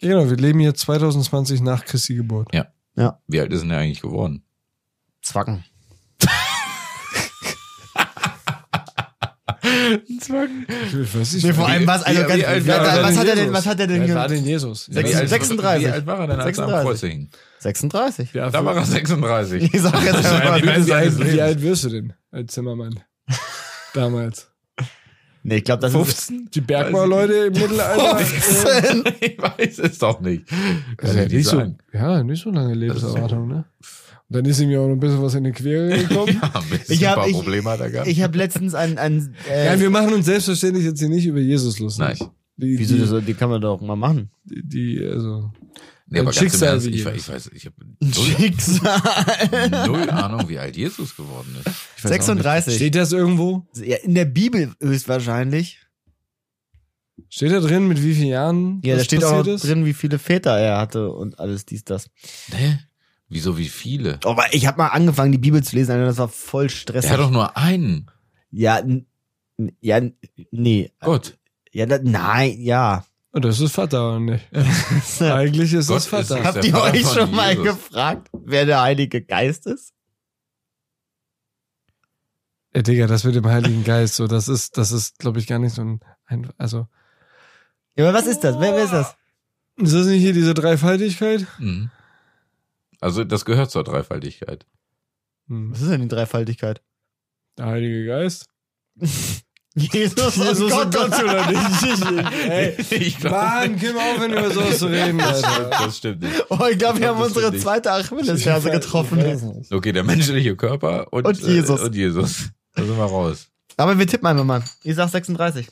Genau, wir leben jetzt 2020 nach Christi Geburt.
Wie alt ist denn er eigentlich geworden?
Zwacken.
Ich weiß nicht,
Nee, vor allem was, also
wie-
ganz,
wie alt
was,
war
denn
was hat er denn,
Jesus?
was hat er denn
Wer war
gemacht?
denn Jesus?
Sechs-
Wie alt-
36.
Wie alt war er denn, als er am
36.
Kreuz hing?
36.
Ja,
Da war er 36.
Ich sag jetzt
war
einfach
die
wie,
mal.
Welt.
alt,
Wie alt-
wie
wie
alt wirst du denn als Zimmermann? Damals.
Nee, ich glaube, das ist
15?
Die Bergbauleute im
Oh,
Mittelalter. äh,
15.
ich weiß es doch nicht. Kann
das ist ja,
ich
nicht so,
sagen.
ja, nicht so lange Lebenserwartung, ne? Und dann ist ihm ja auch noch ein bisschen was in die Quere gekommen.
Ja, ein bisschen
Ich hab-
ein paar
ich-
Probleme hat er gehabt.
Ich habe letztens ein, ein,
Nein,
äh,
wir machen uns selbstverständlich jetzt hier nicht über Jesus lustig.
Nein.
Die,
wieso,
die,
so, die kann man doch mal machen.
die, die, also.
nee, aber
ein
ganz im
Schicksal
Ernst,
wie
ich, we-
Jesus.
ich weiß, ich habe
Schicksal.
null Ahnung, wie alt Jesus geworden ist.
Ich weiß auch nicht.
36.
Steht das irgendwo?
Ja, in der Bibel höchstwahrscheinlich.
Steht da drin, mit wie vielen Jahren
Ja, da
das
steht auch
passiert
noch
ist?
drin, wie viele Väter er hatte und alles dies, das.
Ne? Wieso wie viele?
Aber ich habe mal angefangen, die Bibel zu lesen, Alter, das war voll
Der
stressig.
hat doch nur einen.
ja, n- n- ja, n- nee.
Gott.
Ja, da, nein, ja.
Oh, das ist Vater, oder nicht? Eigentlich ist
Gott
das Vater.
ist es.
Habt
der
ihr
Vater
euch
von
schon mal
Jesus.
gefragt, wer der Heilige Geist ist?
Ey, Äh, Digga, das mit dem Heiligen Geist, so, das ist, das ist, glaube ich, gar nicht so ein, ein also.
Ja, aber was ist das? Wer, wer ist das?
Ist das nicht hier diese Dreifaltigkeit?
Mhm. Also das gehört zur Dreifaltigkeit.
Hm.
Was ist denn die Dreifaltigkeit?
Der Heilige Geist?
Jesus, und Gott,
oder nicht? Ey,
Ich
Mann, gib auf, wenn du über sowas zu reden, Alter.
das stimmt nicht.
Oh, ich glaube, wir
glaub,
haben
das
unsere
wird
zweite Achillesferse getroffen.
Okay, der menschliche Körper und,
Und Jesus.
Äh, und Jesus. Da sind wir raus.
Aber wir tippen einfach mal. Ich sag 36.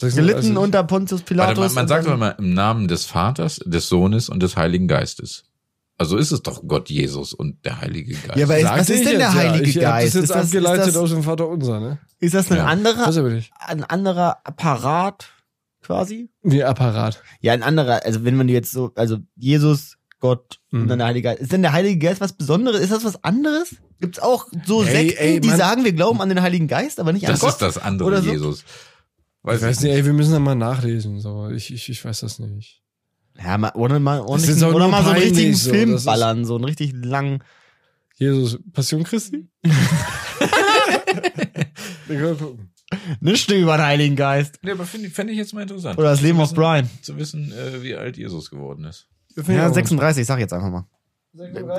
also,
Gelitten unter Pontius
also Warte,
Pilatus.
man, man
und
sagt
dann-
doch immer im Namen des Vaters, des Sohnes und des Heiligen Geistes. Also ist es doch Gott Jesus und der Heilige Geist.
Ja, aber ist,
Sagte
was ist
ich
denn der
jetzt, ja.
Heilige
Ich hab
Geist?
das jetzt
ist, das, ist,
abgeleitet
das, Ah.
aus dem Vater Unser, ne?
ist das ein,
Ja. Also
Was
anderer,
aber nicht.
ein anderer Apparat quasi?
Wie Apparat.
Ja, ein anderer, also wenn man jetzt so, also Jesus, Gott und
Mhm.
dann der Heilige Geist. Ist denn der Heilige Geist was Besonderes? Ist das was anderes? Gibt's auch so
Ey,
Sekten,
ey,
die
Mann.
sagen, wir glauben an den Heiligen Geist, aber nicht an
das
Gott?
ist das andere
Oder so?
Jesus.
Ich weiß nicht, ey, wir müssen da mal nachlesen, so. Ich, ich, ich weiß das nicht.
Ja, mal, oder mal,
ist
ordentlich,
auch
oder
nur
mal so einen
peinlich
richtigen
so,
Film
das ist-
ballern, so einen richtig langen.
Jesus, Passion Christi? Wir können gucken.
Nicht über den Heiligen Geist.
Nee, aber finde fänd ich jetzt mal interessant.
Oder das Leben auf
Zu
Brian.
wissen- Zu wissen, äh, wie alt Jesus geworden ist.
Ja, 36, ich sag jetzt einfach mal.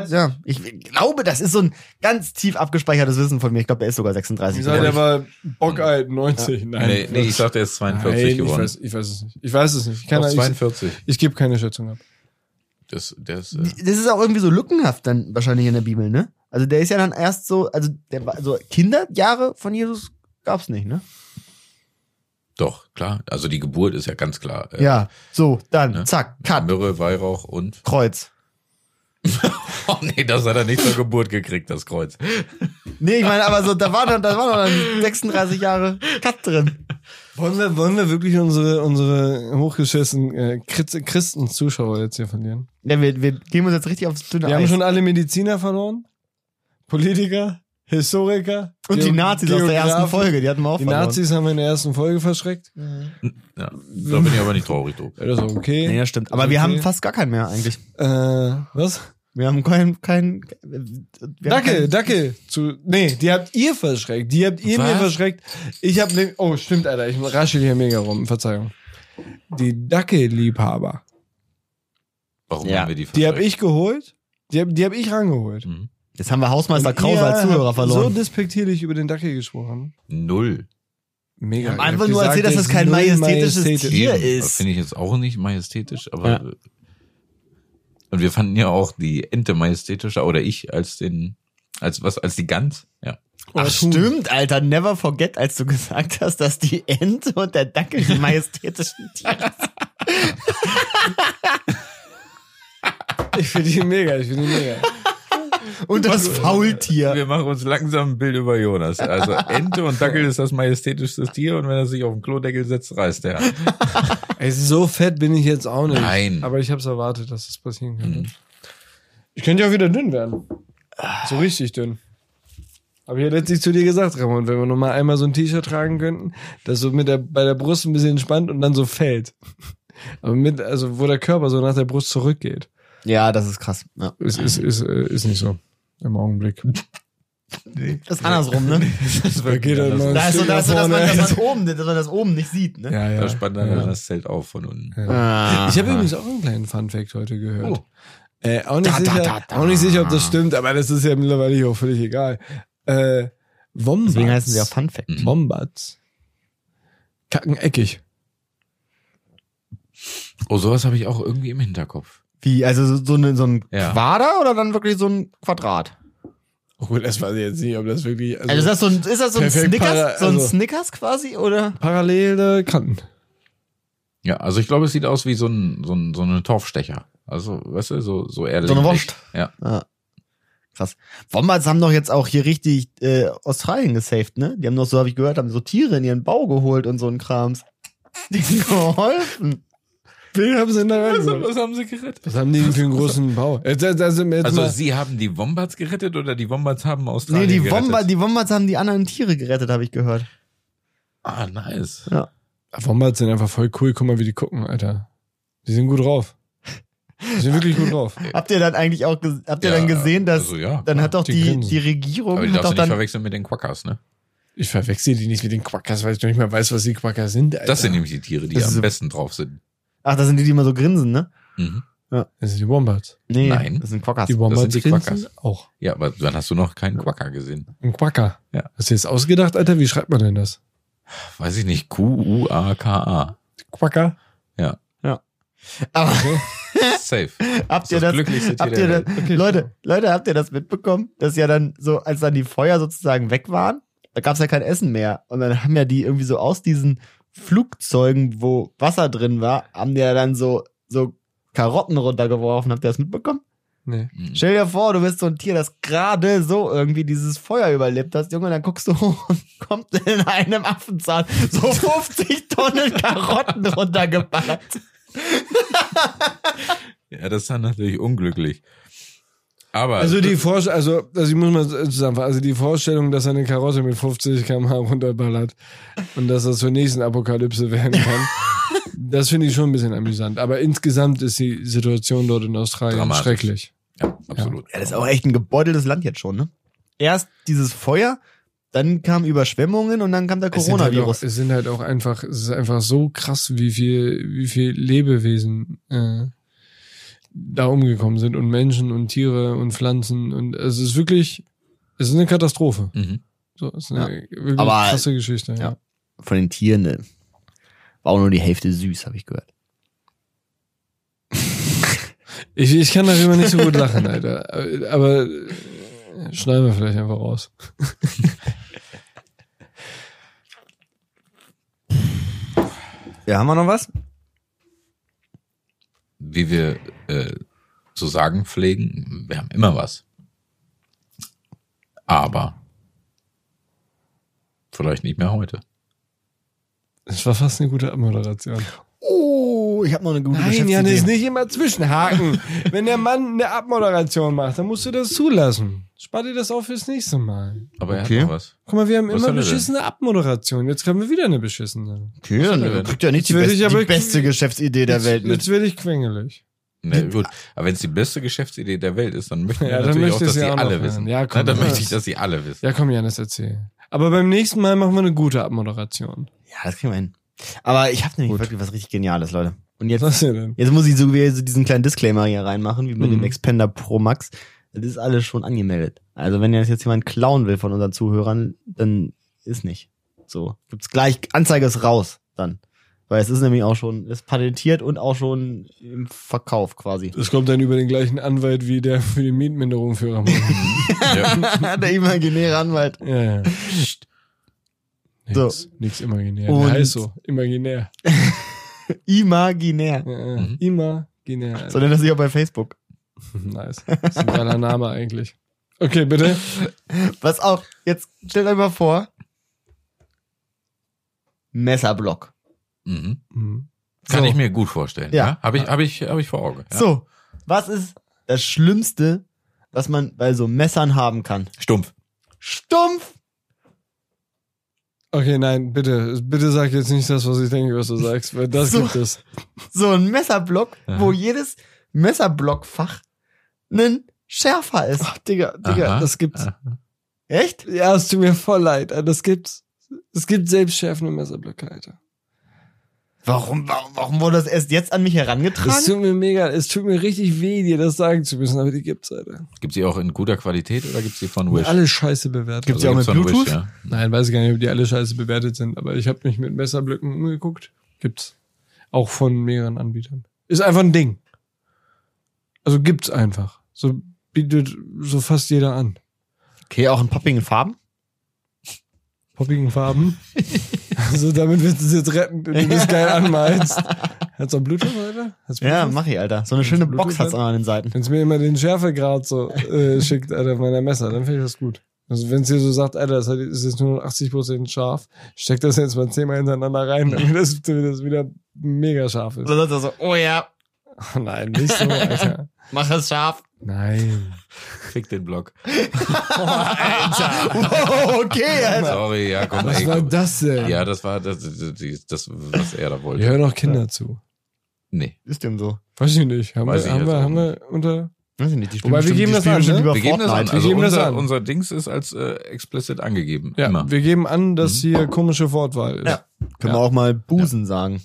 Ja, ich glaube, das ist so ein ganz tief abgespeichertes Wissen von mir. Ich glaube, er ist sogar 36.
Ich sag,
geworden.
der war bockalt, 90. Nein.
nee, nee, ich dachte, er ist 42
Nein,
geworden.
Ich weiß, ich weiß es nicht. Ich weiß es nicht. Ich,
Doch,
kann da- ich,
42.
ich gebe keine Schätzung ab.
Das, das, äh,
das ist auch irgendwie so lückenhaft dann wahrscheinlich in der Bibel, ne? Also der ist ja dann erst so, also der war, also Kinderjahre von Jesus gab's nicht, ne?
doch, klar. Also die Geburt ist ja ganz klar. äh,
Ja. So, dann,
Ne?
zack, Cut,
Myrrhe, Weihrauch und.
Kreuz.
Oh nee, das hat er nicht zur Geburt gekriegt, das Kreuz.
Nee, ich meine, aber so, da war dann, da waren dann 36 Jahre Cut drin.
Wollen wir, wollen wir wirklich unsere, unsere hochgeschissenen äh, Christ- Christen-Zuschauer jetzt hier verlieren?
Ja, wir, wir geben uns jetzt richtig aufs dünne
Wir haben
Eis.
schon alle Mediziner verloren, Politiker, Historiker.
Und die
Geo-
Nazis aus der ersten
Geografen.
Folge, die hatten wir auch
Die
verloren.
Nazis haben wir in der ersten Folge verschreckt.
Ja, da bin ich aber nicht traurig drüber.
Ja, das ist okay.
Nee, das stimmt. Aber wir
Okay.
haben fast gar keinen mehr eigentlich.
Äh, was?
Wir haben keinen, keinen. wir haben
Dackel,
keinen-
Dackel. Zu, nee, die habt ihr verschreckt. Die habt ihr
Was?
mir verschreckt. Ich hab ne, Oh, stimmt, Alter. Ich raschel hier mega rum. Verzeihung. Die Dackelliebhaber.
Warum
Ja.
haben wir die
Die hab
versteckt?
ich geholt. Die hab, die hab ich rangeholt.
Mhm.
Jetzt haben wir Hausmeister
Und
Krause
ihr
als Zuhörer
habt
verloren.
So despektierlich über den Dackel gesprochen.
Null.
Mega.
haben
Ihr habt
einfach nur erzählt, dass
der
das kein
ist null
majestätisches Tier. Hier
Eben.
ist-
Finde ich jetzt auch nicht majestätisch, aber. äh, Und wir fanden ja auch die Ente majestätischer, oder ich, als den, Als was? Als die Gans? Ja.
Ach,
Oder Huhn.
stimmt, Alter. Never forget, als du gesagt hast, dass die Ente und der Dackel die majestätischen Tiere sind.
Ich finde die mega, ich finde die mega.
Und das Faultier.
Wir machen uns langsam ein Bild über Jonas. Also Ente und Dackel ist das majestätischste Tier und wenn er sich auf den Klodeckel setzt, reißt er.
Ey, so fett bin ich jetzt auch nicht.
Nein. Mhm.
Aber ich habe es erwartet, dass das passieren kann. ne? Ich könnte ja auch wieder dünn werden. So richtig dünn. Habe ich ja letztlich zu dir gesagt, Ramon, wenn wir nochmal einmal so ein T-Shirt tragen könnten, das so mit der, bei der Brust ein bisschen entspannt und dann so fällt. Aber mit, also wo der Körper so nach der Brust zurückgeht.
Ja, das ist krass. Ja.
Ist, ist, ist, äh, ist nicht so. Im Augenblick.
Das ist andersrum, ne?
Da geht er noch ein
Da ist so,
Stück
da ist so
nach
dass, man, dass,
vorne.
man oben, dass man das oben nicht sieht, ne?
Ja, ja.
Da spannt dann das Zelt auf von unten.
Ah.
Ich habe übrigens auch einen kleinen Funfact heute gehört.
Oh.
Äh, auch, nicht sicher, auch nicht sicher, ob das stimmt, aber das ist ja mittlerweile hier auch völlig egal. Äh, Wombats.
Deswegen heißen sie ja Fun Fact.
Wombats. Kacken eckig.
Oh, sowas habe ich auch irgendwie im Hinterkopf.
Wie, also so, so, ne, so ein
Ja.
Quader oder dann wirklich so ein Quadrat?
Oh gut, das weiß ich jetzt nicht, ob das wirklich. Also,
Also ist das so ein, ist das so ein
perfekt
Snickers?
para-
so ein
also-
Snickers quasi, oder?
parallele äh, Kanten.
Ja, also ich glaube, es sieht aus wie so ein, so ein, so eine Torfstecher. Also, weißt du, so, so ehrlich.
So eine Wurst.
Ja.
Krass. Wombats haben doch jetzt auch hier richtig äh, Australien gesaved, ne? Die haben doch, so habe ich gehört, haben so Tiere in ihren Bau geholt und so ein Krams. Die sind geholfen.
Wen haben sie denn da
Also,
rein?
haben sie gerettet?
Was haben die denn für einen großen Bau? Jetzt, jetzt, jetzt, jetzt
Also,
mal,
sie haben die Wombats gerettet oder die Wombats haben
Nee,
Australien
die,
gerettet?
Womba, die Wombats haben die anderen Tiere gerettet, habe ich gehört.
Ah, nice.
Wombats sind einfach voll cool. Guck mal, wie die gucken, Alter. Die sind gut drauf. Die sind wirklich gut drauf.
Habt ihr dann eigentlich auch, ges- habt ihr dann gesehen, dass,
Also, ja.
dann hat doch
die
die,
grinsen.
die Regierung,
Aber die
hat
darfst
doch
du nicht
dann,
verwechseln mit den Quackers, ne?
Ich verwechsel die nicht mit den Quackers, weil ich noch nicht mal weiß, was die Quacker sind. Alter.
Das sind nämlich die Tiere, die
Das ist-
am besten drauf sind.
ach, das sind die, die immer so grinsen, ne?
Mhm.
das sind die Wombats.
Nee,
Nein.
das sind Quackers.
Die Wombats
das sind die
grinsen auch.
Ja, aber dann hast du noch keinen Quacker gesehen.
Ein Quacker.
Ja.
Hast du jetzt ausgedacht, Alter? Wie schreibt man denn das?
Weiß ich nicht. Q-U-A-K-A.
Quacker?
Aber
Safe.
habt ihr
das
das,
glücklichste Tier
habt
der
ihr das, Leute, Leute, habt ihr das mitbekommen? Dass ja dann so, als dann die Feuer sozusagen weg waren, da gab's ja kein Essen mehr. Und dann haben ja die irgendwie so aus diesen Flugzeugen, wo Wasser drin war, haben die ja dann so, so Karotten runtergeworfen. Habt ihr das mitbekommen?
Nee.
Stell dir vor, du bist so ein Tier, das gerade so irgendwie dieses Feuer überlebt hast, Junge, und dann guckst du hoch und kommt in einem Affenzahn so 50 Tonnen Karotten runtergeballert.
Ja, das ist dann natürlich unglücklich. Aber
Also die Vorstellung, also, also ich muss mal zusammenfassen, also die Vorstellung, dass eine Karotte mit 50 km/h runterballert und dass das zur nächsten Apokalypse werden kann, das finde ich schon ein bisschen amüsant. Aber insgesamt ist die Situation dort in Australien
Dramatisch.
schrecklich.
ja, absolut.
Ja, das ist auch echt ein gebeuteltes Land jetzt schon, ne? Erst dieses Feuer, dann kamen Überschwemmungen und dann kam der
Es sind halt auch,
Coronavirus.
es sind halt auch einfach, es ist einfach so krass, wie viel, wie viel Lebewesen äh, da umgekommen sind und Menschen und Tiere und Pflanzen und es ist wirklich, es ist eine Katastrophe.
Mhm.
So, es ist eine wirklich
Aber-
krasse Geschichte. Ja.
ja. Von den Tieren ne? war auch nur die Hälfte süß, habe ich gehört.
Ich, ich kann darüber nicht so gut lachen, Alter. Aber- Aber äh, schneiden wir vielleicht einfach raus.
Ja, haben wir noch was?
Wie wir äh, zu sagen pflegen, wir haben immer was. Aber vielleicht nicht mehr heute.
Das war fast eine gute Abmoderation.
Oh, ich habe noch eine gute
Nein,
Geschäftsidee.
Janis, nicht immer zwischenhaken. Wenn der Mann eine Abmoderation macht, dann musst du das zulassen. Spar dir das auf fürs nächste Mal.
Aber
Okay.
er hat noch was.
Guck mal, wir haben
Was
immer
soll er denn?
beschissene Abmoderation. Jetzt haben wir wieder eine beschissene.
Okay, dann kriegt ja nicht die,
Jetzt würde
best,
ich aber-
die beste Geschäftsidee der
jetzt,
Welt mit.
Jetzt werde ich quengelig.
Ne, gut. Aber wenn es die beste Geschäftsidee der Welt ist, dann möchte ich
Ja, dann
natürlich auch, dass
möchtest du
die
ja auch
alle
noch
wissen.
hören. Ja, komm,
Na, dann
das-
möchte ich, dass sie alle wissen.
Ja, komm, Janis, erzähl. Aber beim nächsten Mal machen wir eine gute Abmoderation.
Ja, das kriegen wir hin. Aber ich habe nämlich
Gut.
wirklich was richtig Geniales, Leute. Und
Was
jetzt,
hast du denn?
jetzt muss ich so, wie- so diesen kleinen Disclaimer hier reinmachen, wie mit
Mhm.
dem Expander Pro Max. Das ist alles schon angemeldet. Also wenn das jetzt jemand klauen will von unseren Zuhörern, dann ist nicht. So, gibt's gleich, Anzeige ist raus, dann. Weil es ist nämlich auch schon, es ist patentiert und auch schon im Verkauf quasi.
Das kommt dann über den gleichen Anwalt wie der für die Mietminderung für Ramon.
Ja.
Der imaginäre Anwalt.
ja, ja. Nix,
So.
nix imaginär.
Und-
Und heißt so, imaginär.
Imaginär.
Ja, ja.
Mhm.
Imaginär.
So nennt er sich auch bei Facebook.
nice. Das ist ein geiler Name eigentlich. Okay, bitte.
Was auch, jetzt stellt euch mal vor. Messerblock.
Mhm.
Mhm.
Kann
So.
ich mir gut vorstellen.
Ja.
Ja. Habe ich, hab ich, hab ich vor Augen. Ja.
So, was ist das Schlimmste, was man bei so Messern haben kann?
Stumpf.
Stumpf!
Okay, nein, bitte. Bitte sag jetzt nicht das, was ich denke, was du sagst, weil das
So.
gibt es.
So ein Messerblock,
Aha.
wo jedes Messerblockfach ein Schärfer ist.
Ach, Digga, Digga,
Aha. ah.
das gibt's.
Echt?
Ja, es tut mir voll leid. Alter, Das gibt's. Es gibt selbstschärfende Messerblöcke, Alter.
Warum, warum, warum wurde das erst jetzt an mich
Es
herangetragen?
tut mir mega, es tut mir richtig weh, dir das sagen zu müssen, aber die gibt's, Alter.
Gibt sie auch in guter Qualität oder gibt's sie von Wish? Also
Alle scheiße bewertet.
Gibt's die auch
gibt's
mit
von
Bluetooth?
ja.
Nein, weiß ich gar nicht, ob die alle scheiße bewertet sind, aber ich habe mich mit Messerblöcken umgeguckt. Gibt's. Auch von mehreren Anbietern. Ist einfach ein Ding. Also gibt's einfach. So bietet so fast jeder an.
Okay, auch in poppigen Farben?
Poppigen Farben. also damit willst du es jetzt retten, wenn du das geil anmalst. Hat's auch Bluetooth, Alter? Hat's
Ja,
Bluetooth?
mach ich, Alter. So eine schöne
Bluetooth
Box hat's
drin?
auch an den Seiten.
Wenn es mir immer den Schärfegrad so äh, schickt, Alter, meiner Messer, dann finde ich das gut. Also wenn es dir so sagt, Alter, das hat- ist jetzt nur noch 80% scharf, steck das jetzt mal zehnmal hintereinander rein, damit das, damit das wieder mega scharf ist.
Dann sagt er so, oh ja,
Oh nein, nicht so, Alter.
mach es scharf.
Nein.
Fick den Block.
Wow, okay, Alter.
Sorry, ja, komm,
Was
ey,
war
komm.
das denn?
Ja, das war das, das, das, das, was er da
Wir
wollte.
hören auch Kinder zu.
Nee.
Ist dem so.
Weiß ich nicht. Haben
Weiß
wir,
ich
haben
jetzt
wir,
auch
haben wir unter.
Weiß ich nicht, die
Wobei, wir
bestimmt-
geben
die
das
spielen
an,
bestimmt
ne?
über
Wir geben das an.
Fortnite.
Also
geben das
unser,
an.
unser Dings ist als äh, explicit angegeben.
Ja,
Immer. Mhm.
wir geben an, dass hier komische Wortwahl ist.
Ja. Können wir auch mal Busen sagen.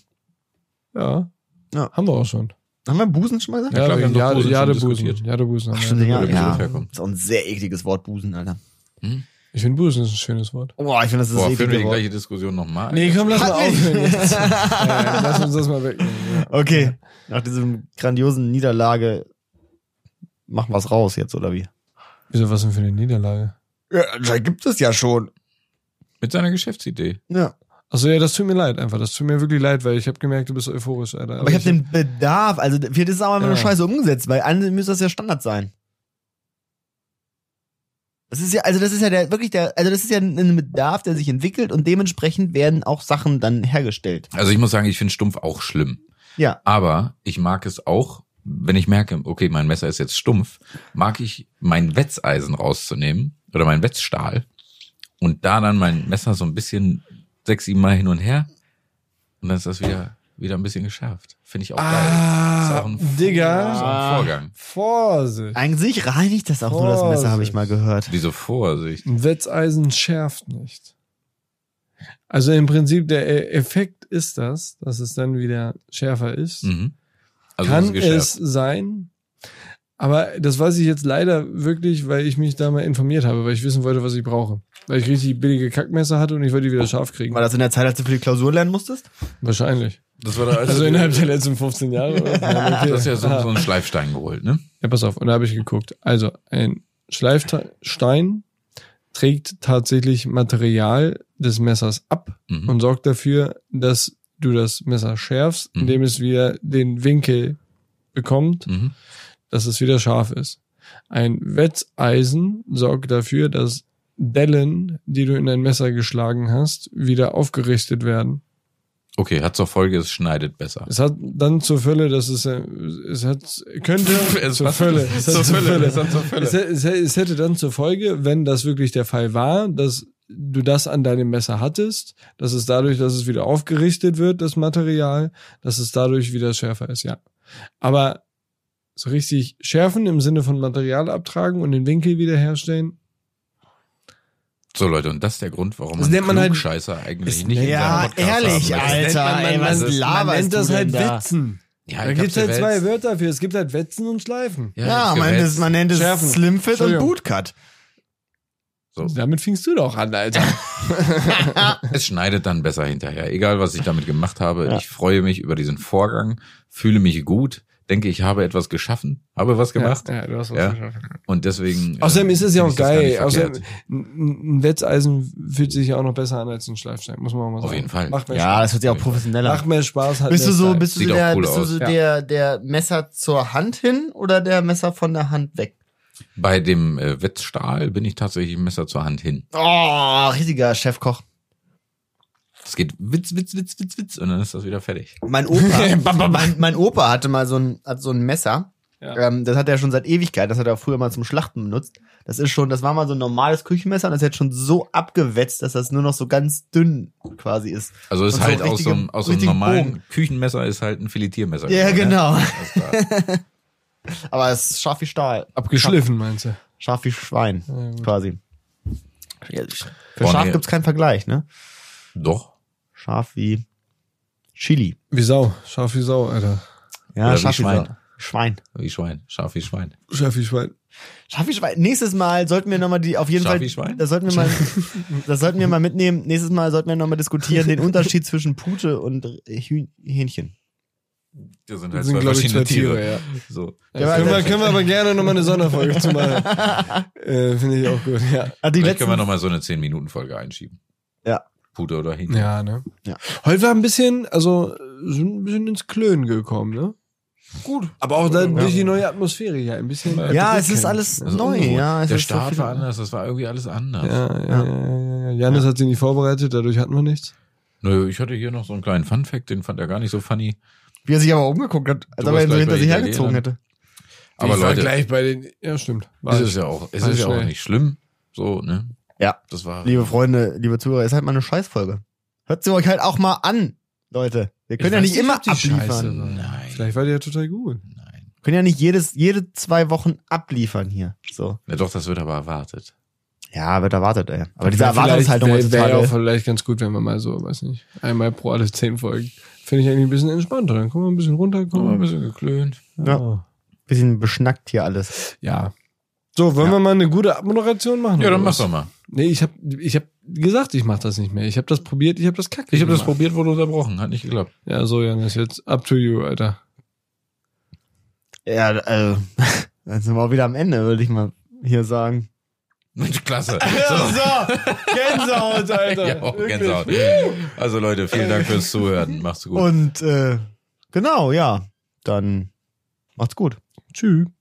ja.
Ja.
Haben wir auch schon.
Haben wir Busen schon mal gesagt?
glaub, wir haben doch
Jade-
Busen schon
Jadebusen.
diskutiert.
Jadebusen. haben wir.
Stimmt, ja,
Wo der Begriff
ja.
herkommt.
Ist auch ein sehr ekliges Wort, Busen, Alter.
Ich finde Busen ist ein schönes Wort.
Boah, ich finde, das ist
Boah,
ein
führen wir
ekliges
die
Wort.
gleiche Diskussion nochmal?
Nee, komm, lass
Hat
mal aufhören. jetzt. Ja, lass uns das mal wegnehmen. Ja.
Okay, nach diesem grandiosen Niederlage machen wir's raus jetzt, oder wie?
Wieso, was denn für eine Niederlage?
Ja, da gibt es ja schon.
Mit seiner Geschäftsidee.
Ja.
Achso, ja, das tut mir leid einfach. Das tut mir wirklich leid, weil ich habe gemerkt, du bist euphorisch, Alter.
Aber ich habe den Bedarf, also vielleicht ist es auch einfach nur
Ja.
scheiße umgesetzt, weil eigentlich müsste das ja Standard sein. Das ist ja, also das ist ja der, wirklich der, also das ist ja ein, ein Bedarf, der sich entwickelt und dementsprechend werden auch Sachen dann hergestellt.
Also ich muss sagen, ich finde Stumpf auch schlimm.
Ja.
Aber ich mag es auch, wenn ich merke, okay, mein Messer ist jetzt stumpf, mag ich mein Wetzeisen rauszunehmen oder mein Wetzstahl und da dann mein Messer so ein bisschen sechs, sieben Mal hin und her und dann ist das wieder, wieder ein bisschen geschärft. Finde ich auch geil.
Ah, Digga.
Ist auch ein Vorgang.
Vorsicht.
Eigentlich reinigt das auch nur das Messer, habe ich mal gehört.
Wieso Vorsicht?
Ein Wetzeisen schärft nicht. Also im Prinzip, der E- Effekt ist das, dass es dann wieder schärfer ist.
Mhm. Also
Kann
ist es geschärft.
es sein. Aber das weiß ich jetzt leider wirklich, weil ich mich da mal informiert habe, weil ich wissen wollte, was ich brauche. Weil ich richtig billige Kackmesser hatte und ich wollte die wieder scharf kriegen.
War das in der Zeit, als du für die Klausur lernen musstest?
Wahrscheinlich.
Das war da
Also innerhalb der letzten 15 Jahre. oder? Ja, okay.
Du hast ja so,
Ah.
so einen Schleifstein geholt, ne?
ja, pass auf. Und da habe ich geguckt. Also ein Schleifstein trägt tatsächlich Material des Messers ab
Mhm.
und sorgt dafür, dass du das Messer schärfst,
Mhm.
indem es wieder den Winkel bekommt,
Mhm.
dass es wieder scharf ist. Ein Wetzeisen sorgt dafür, dass Dellen, die du in dein Messer geschlagen hast, wieder aufgerichtet werden.
Okay, hat zur Folge, es schneidet besser.
Es hat dann zur Fülle, dass es, äh, es hat, könnte, zur Fülle, es hat zur Fülle,
Es hat zur Fülle.
Es, hä- es, hä- es hätte dann zur Folge, wenn das wirklich der Fall war, dass du das an deinem Messer hattest, dass es dadurch, dass es wieder aufgerichtet wird, das Material, dass es dadurch wieder schärfer ist, ja. Aber so richtig schärfen im Sinne von Material abtragen und den Winkel wiederherstellen,
So Leute, und das ist der Grund, warum
Das
man,
nennt man halt-
Klugscheißer eigentlich
Ist-
nicht
ja,
in seinem Podcast
ehrlich,
haben möchte.
Alter. ey, was
nennt-
laberst
man nennt
du
das
denn
halt
da?
Ja,
Wetzen. Da
ich hab
gibt's halt zwei
gewälzt.
Wörter für. Es gibt halt Wetzen und Schleifen.
ich
Ja,
hab
man,
gewälzt.
das, man nennt es
Schärfen.
Slimfit und
Entschuldigung.
Bootcut.
So.
Damit fingst du doch an, Alter.
Es schneidet dann besser hinterher. Egal, was ich damit gemacht habe. Ich freue mich über diesen Vorgang, fühle mich gut, denke, ich habe etwas geschaffen, habe was gemacht.
Ja, du hast was
Ja.
geschafft.
Und deswegen. äh,
Außerdem ist es ja
finde
auch
ich das gar
geil.
nicht verkehrt.
Außerdem, ein ein Wetzeisen fühlt sich ja auch noch besser an als ein Schleifstein, muss man auch mal sagen.
Auf jeden Fall.
Macht mehr
Ja,
Spaß.
das wird ja auch professioneller.
Macht mehr Spaß. Hat
Bist du
mehr
so,
Zeit.
bist du
Sieht
so
auch
der,
cool
bist du
aus.
so
Ja.
der, der Messer zur Hand hin oder der Messer von der Hand weg?
Bei dem äh, Wetzstahl bin ich tatsächlich Messer zur Hand hin.
Oh, riesiger Chefkoch.
Es geht Witz, Witz, Witz, Witz, Witz und dann ist das wieder fertig.
Mein Opa, mein, mein Opa hatte mal so ein, hat so ein Messer.
Ja.
Ähm, das hat er schon seit Ewigkeit. Das hat er früher mal zum Schlachten benutzt. Das ist schon, das war mal so ein normales Küchenmesser und das ist jetzt schon so abgewetzt, dass das nur noch so ganz dünn quasi ist.
Also ist
Und so
halt aus so
richtige-
einem, aus so einem
richtigen
normalen
Bogen.
Küchenmesser ist halt ein Filetiermesser.
Ja,
geworden,
genau.
Ne? Alles klar.
Aber es ist scharf wie Stahl.
Abgeschliffen, meinst du?
Scharf wie Schwein,
Ja, gut.
quasi. Für
Boah,
scharf
nee.
gibt's keinen Vergleich, ne?
Doch.
Scharf wie Chili.
Wie Sau. Scharf wie Sau, Alter.
Ja,
Oder wie
scharf wie
Schwein.
Sau. Schwein.
Wie Schwein. Scharf wie Schwein.
Scharf wie Schwein.
Scharf wie Schwein. Nächstes Mal sollten wir nochmal die, auf jeden
Scharf
Fall,
wie Schwein?
das sollten wir mal, das sollten wir mal mitnehmen. Nächstes Mal sollten wir nochmal diskutieren, den Unterschied zwischen Pute und Hühn- Hähnchen.
Das sind
Das
halt
sind,
zwei
glaube ich,
verschiedene
zwei Tiere,
Tiere.
ja.
So.
Ja,
Ja, können,
aber-
wir, können wir aber gerne nochmal eine Sonderfolge zu machen. Äh, Finde ich auch gut, ja.
Also
Vielleicht
die
können wir
letzten,
nochmal so eine 10-Minuten-Folge einschieben.
Ja.
Pute oder Hähnchen.
Ja, ne?
Ja.
Heute war ein bisschen, also, sind ein bisschen ins Klönen gekommen, ne? Gut. Aber auch da, durch die neue Atmosphäre hier, ein bisschen.
ja, es ist alles
Also
neu,
unruhig.
ja. Es
Der
ist so
Start
viel-
war anders, das war irgendwie alles anders.
Ja, ja, ja, ja, ja. Janis hat sie nicht vorbereitet, dadurch hatten wir nichts.
Nö, ich hatte hier noch so einen kleinen Fun-Fact, den fand er gar nicht so funny.
Wie er sich aber umgeguckt hat, als
Du
ob er
warst
ihn so
gleich
hinter
bei
sich
Italienern.
hergezogen hätte.
Aber
ich war
Leute,
gleich bei den. Ja, stimmt. War
es
ich.
ist ja auch, es
War
ist
ich
ja auch
schnell.
nicht schlimm. So, ne?
Ja.
Das war.
Liebe Freunde, liebe Zuhörer, ist halt mal eine Scheißfolge. Hört sie euch halt auch mal an, Leute. Wir können ja
weiß
nicht immer
ob die Scheiße war.
abliefern.
Nein.
Vielleicht war die ja total gut.
Nein.
Wir können ja nicht jedes, jede zwei Wochen abliefern hier. So.
Ja, doch, das wird aber erwartet.
Ja, wird erwartet, ey. Aber diese
Vielleicht
Erwartungshaltung
wär, wär ja auch
heutzutage.
vielleicht ganz gut, wenn wir mal so, weiß nicht, einmal pro alle zehn Folgen. Finde ich eigentlich ein bisschen entspannter. Dann kommen wir ein bisschen runter,
Guck mal, ein
kommen
bisschen geklönt.
wir.
Ja.
Ja.
ne? Bisschen beschnackt hier alles.
ja. So, wollen wir mal eine gute Abmoderation machen?
Ja, dann
oder
mach's
was?
doch mal.
Nee, ich habe ich hab gesagt, ich mach das nicht mehr. Ich habe das probiert, ich habe das kacke.
Ich habe das
gemacht.
probiert, wurde unterbrochen, hat nicht geklappt.
Ja, so, Janis, jetzt up to you, Alter.
Ja, also, dann sind wir auch wieder am Ende, würde ich mal hier sagen.
Mensch, klasse.
So, Gänsehaut,
So.
Alter.
Ja, auch Gänsehaut. Also Leute, vielen Dank fürs Zuhören. Macht's gut.
Und äh, genau, ja. Dann macht's gut.
Tschüss.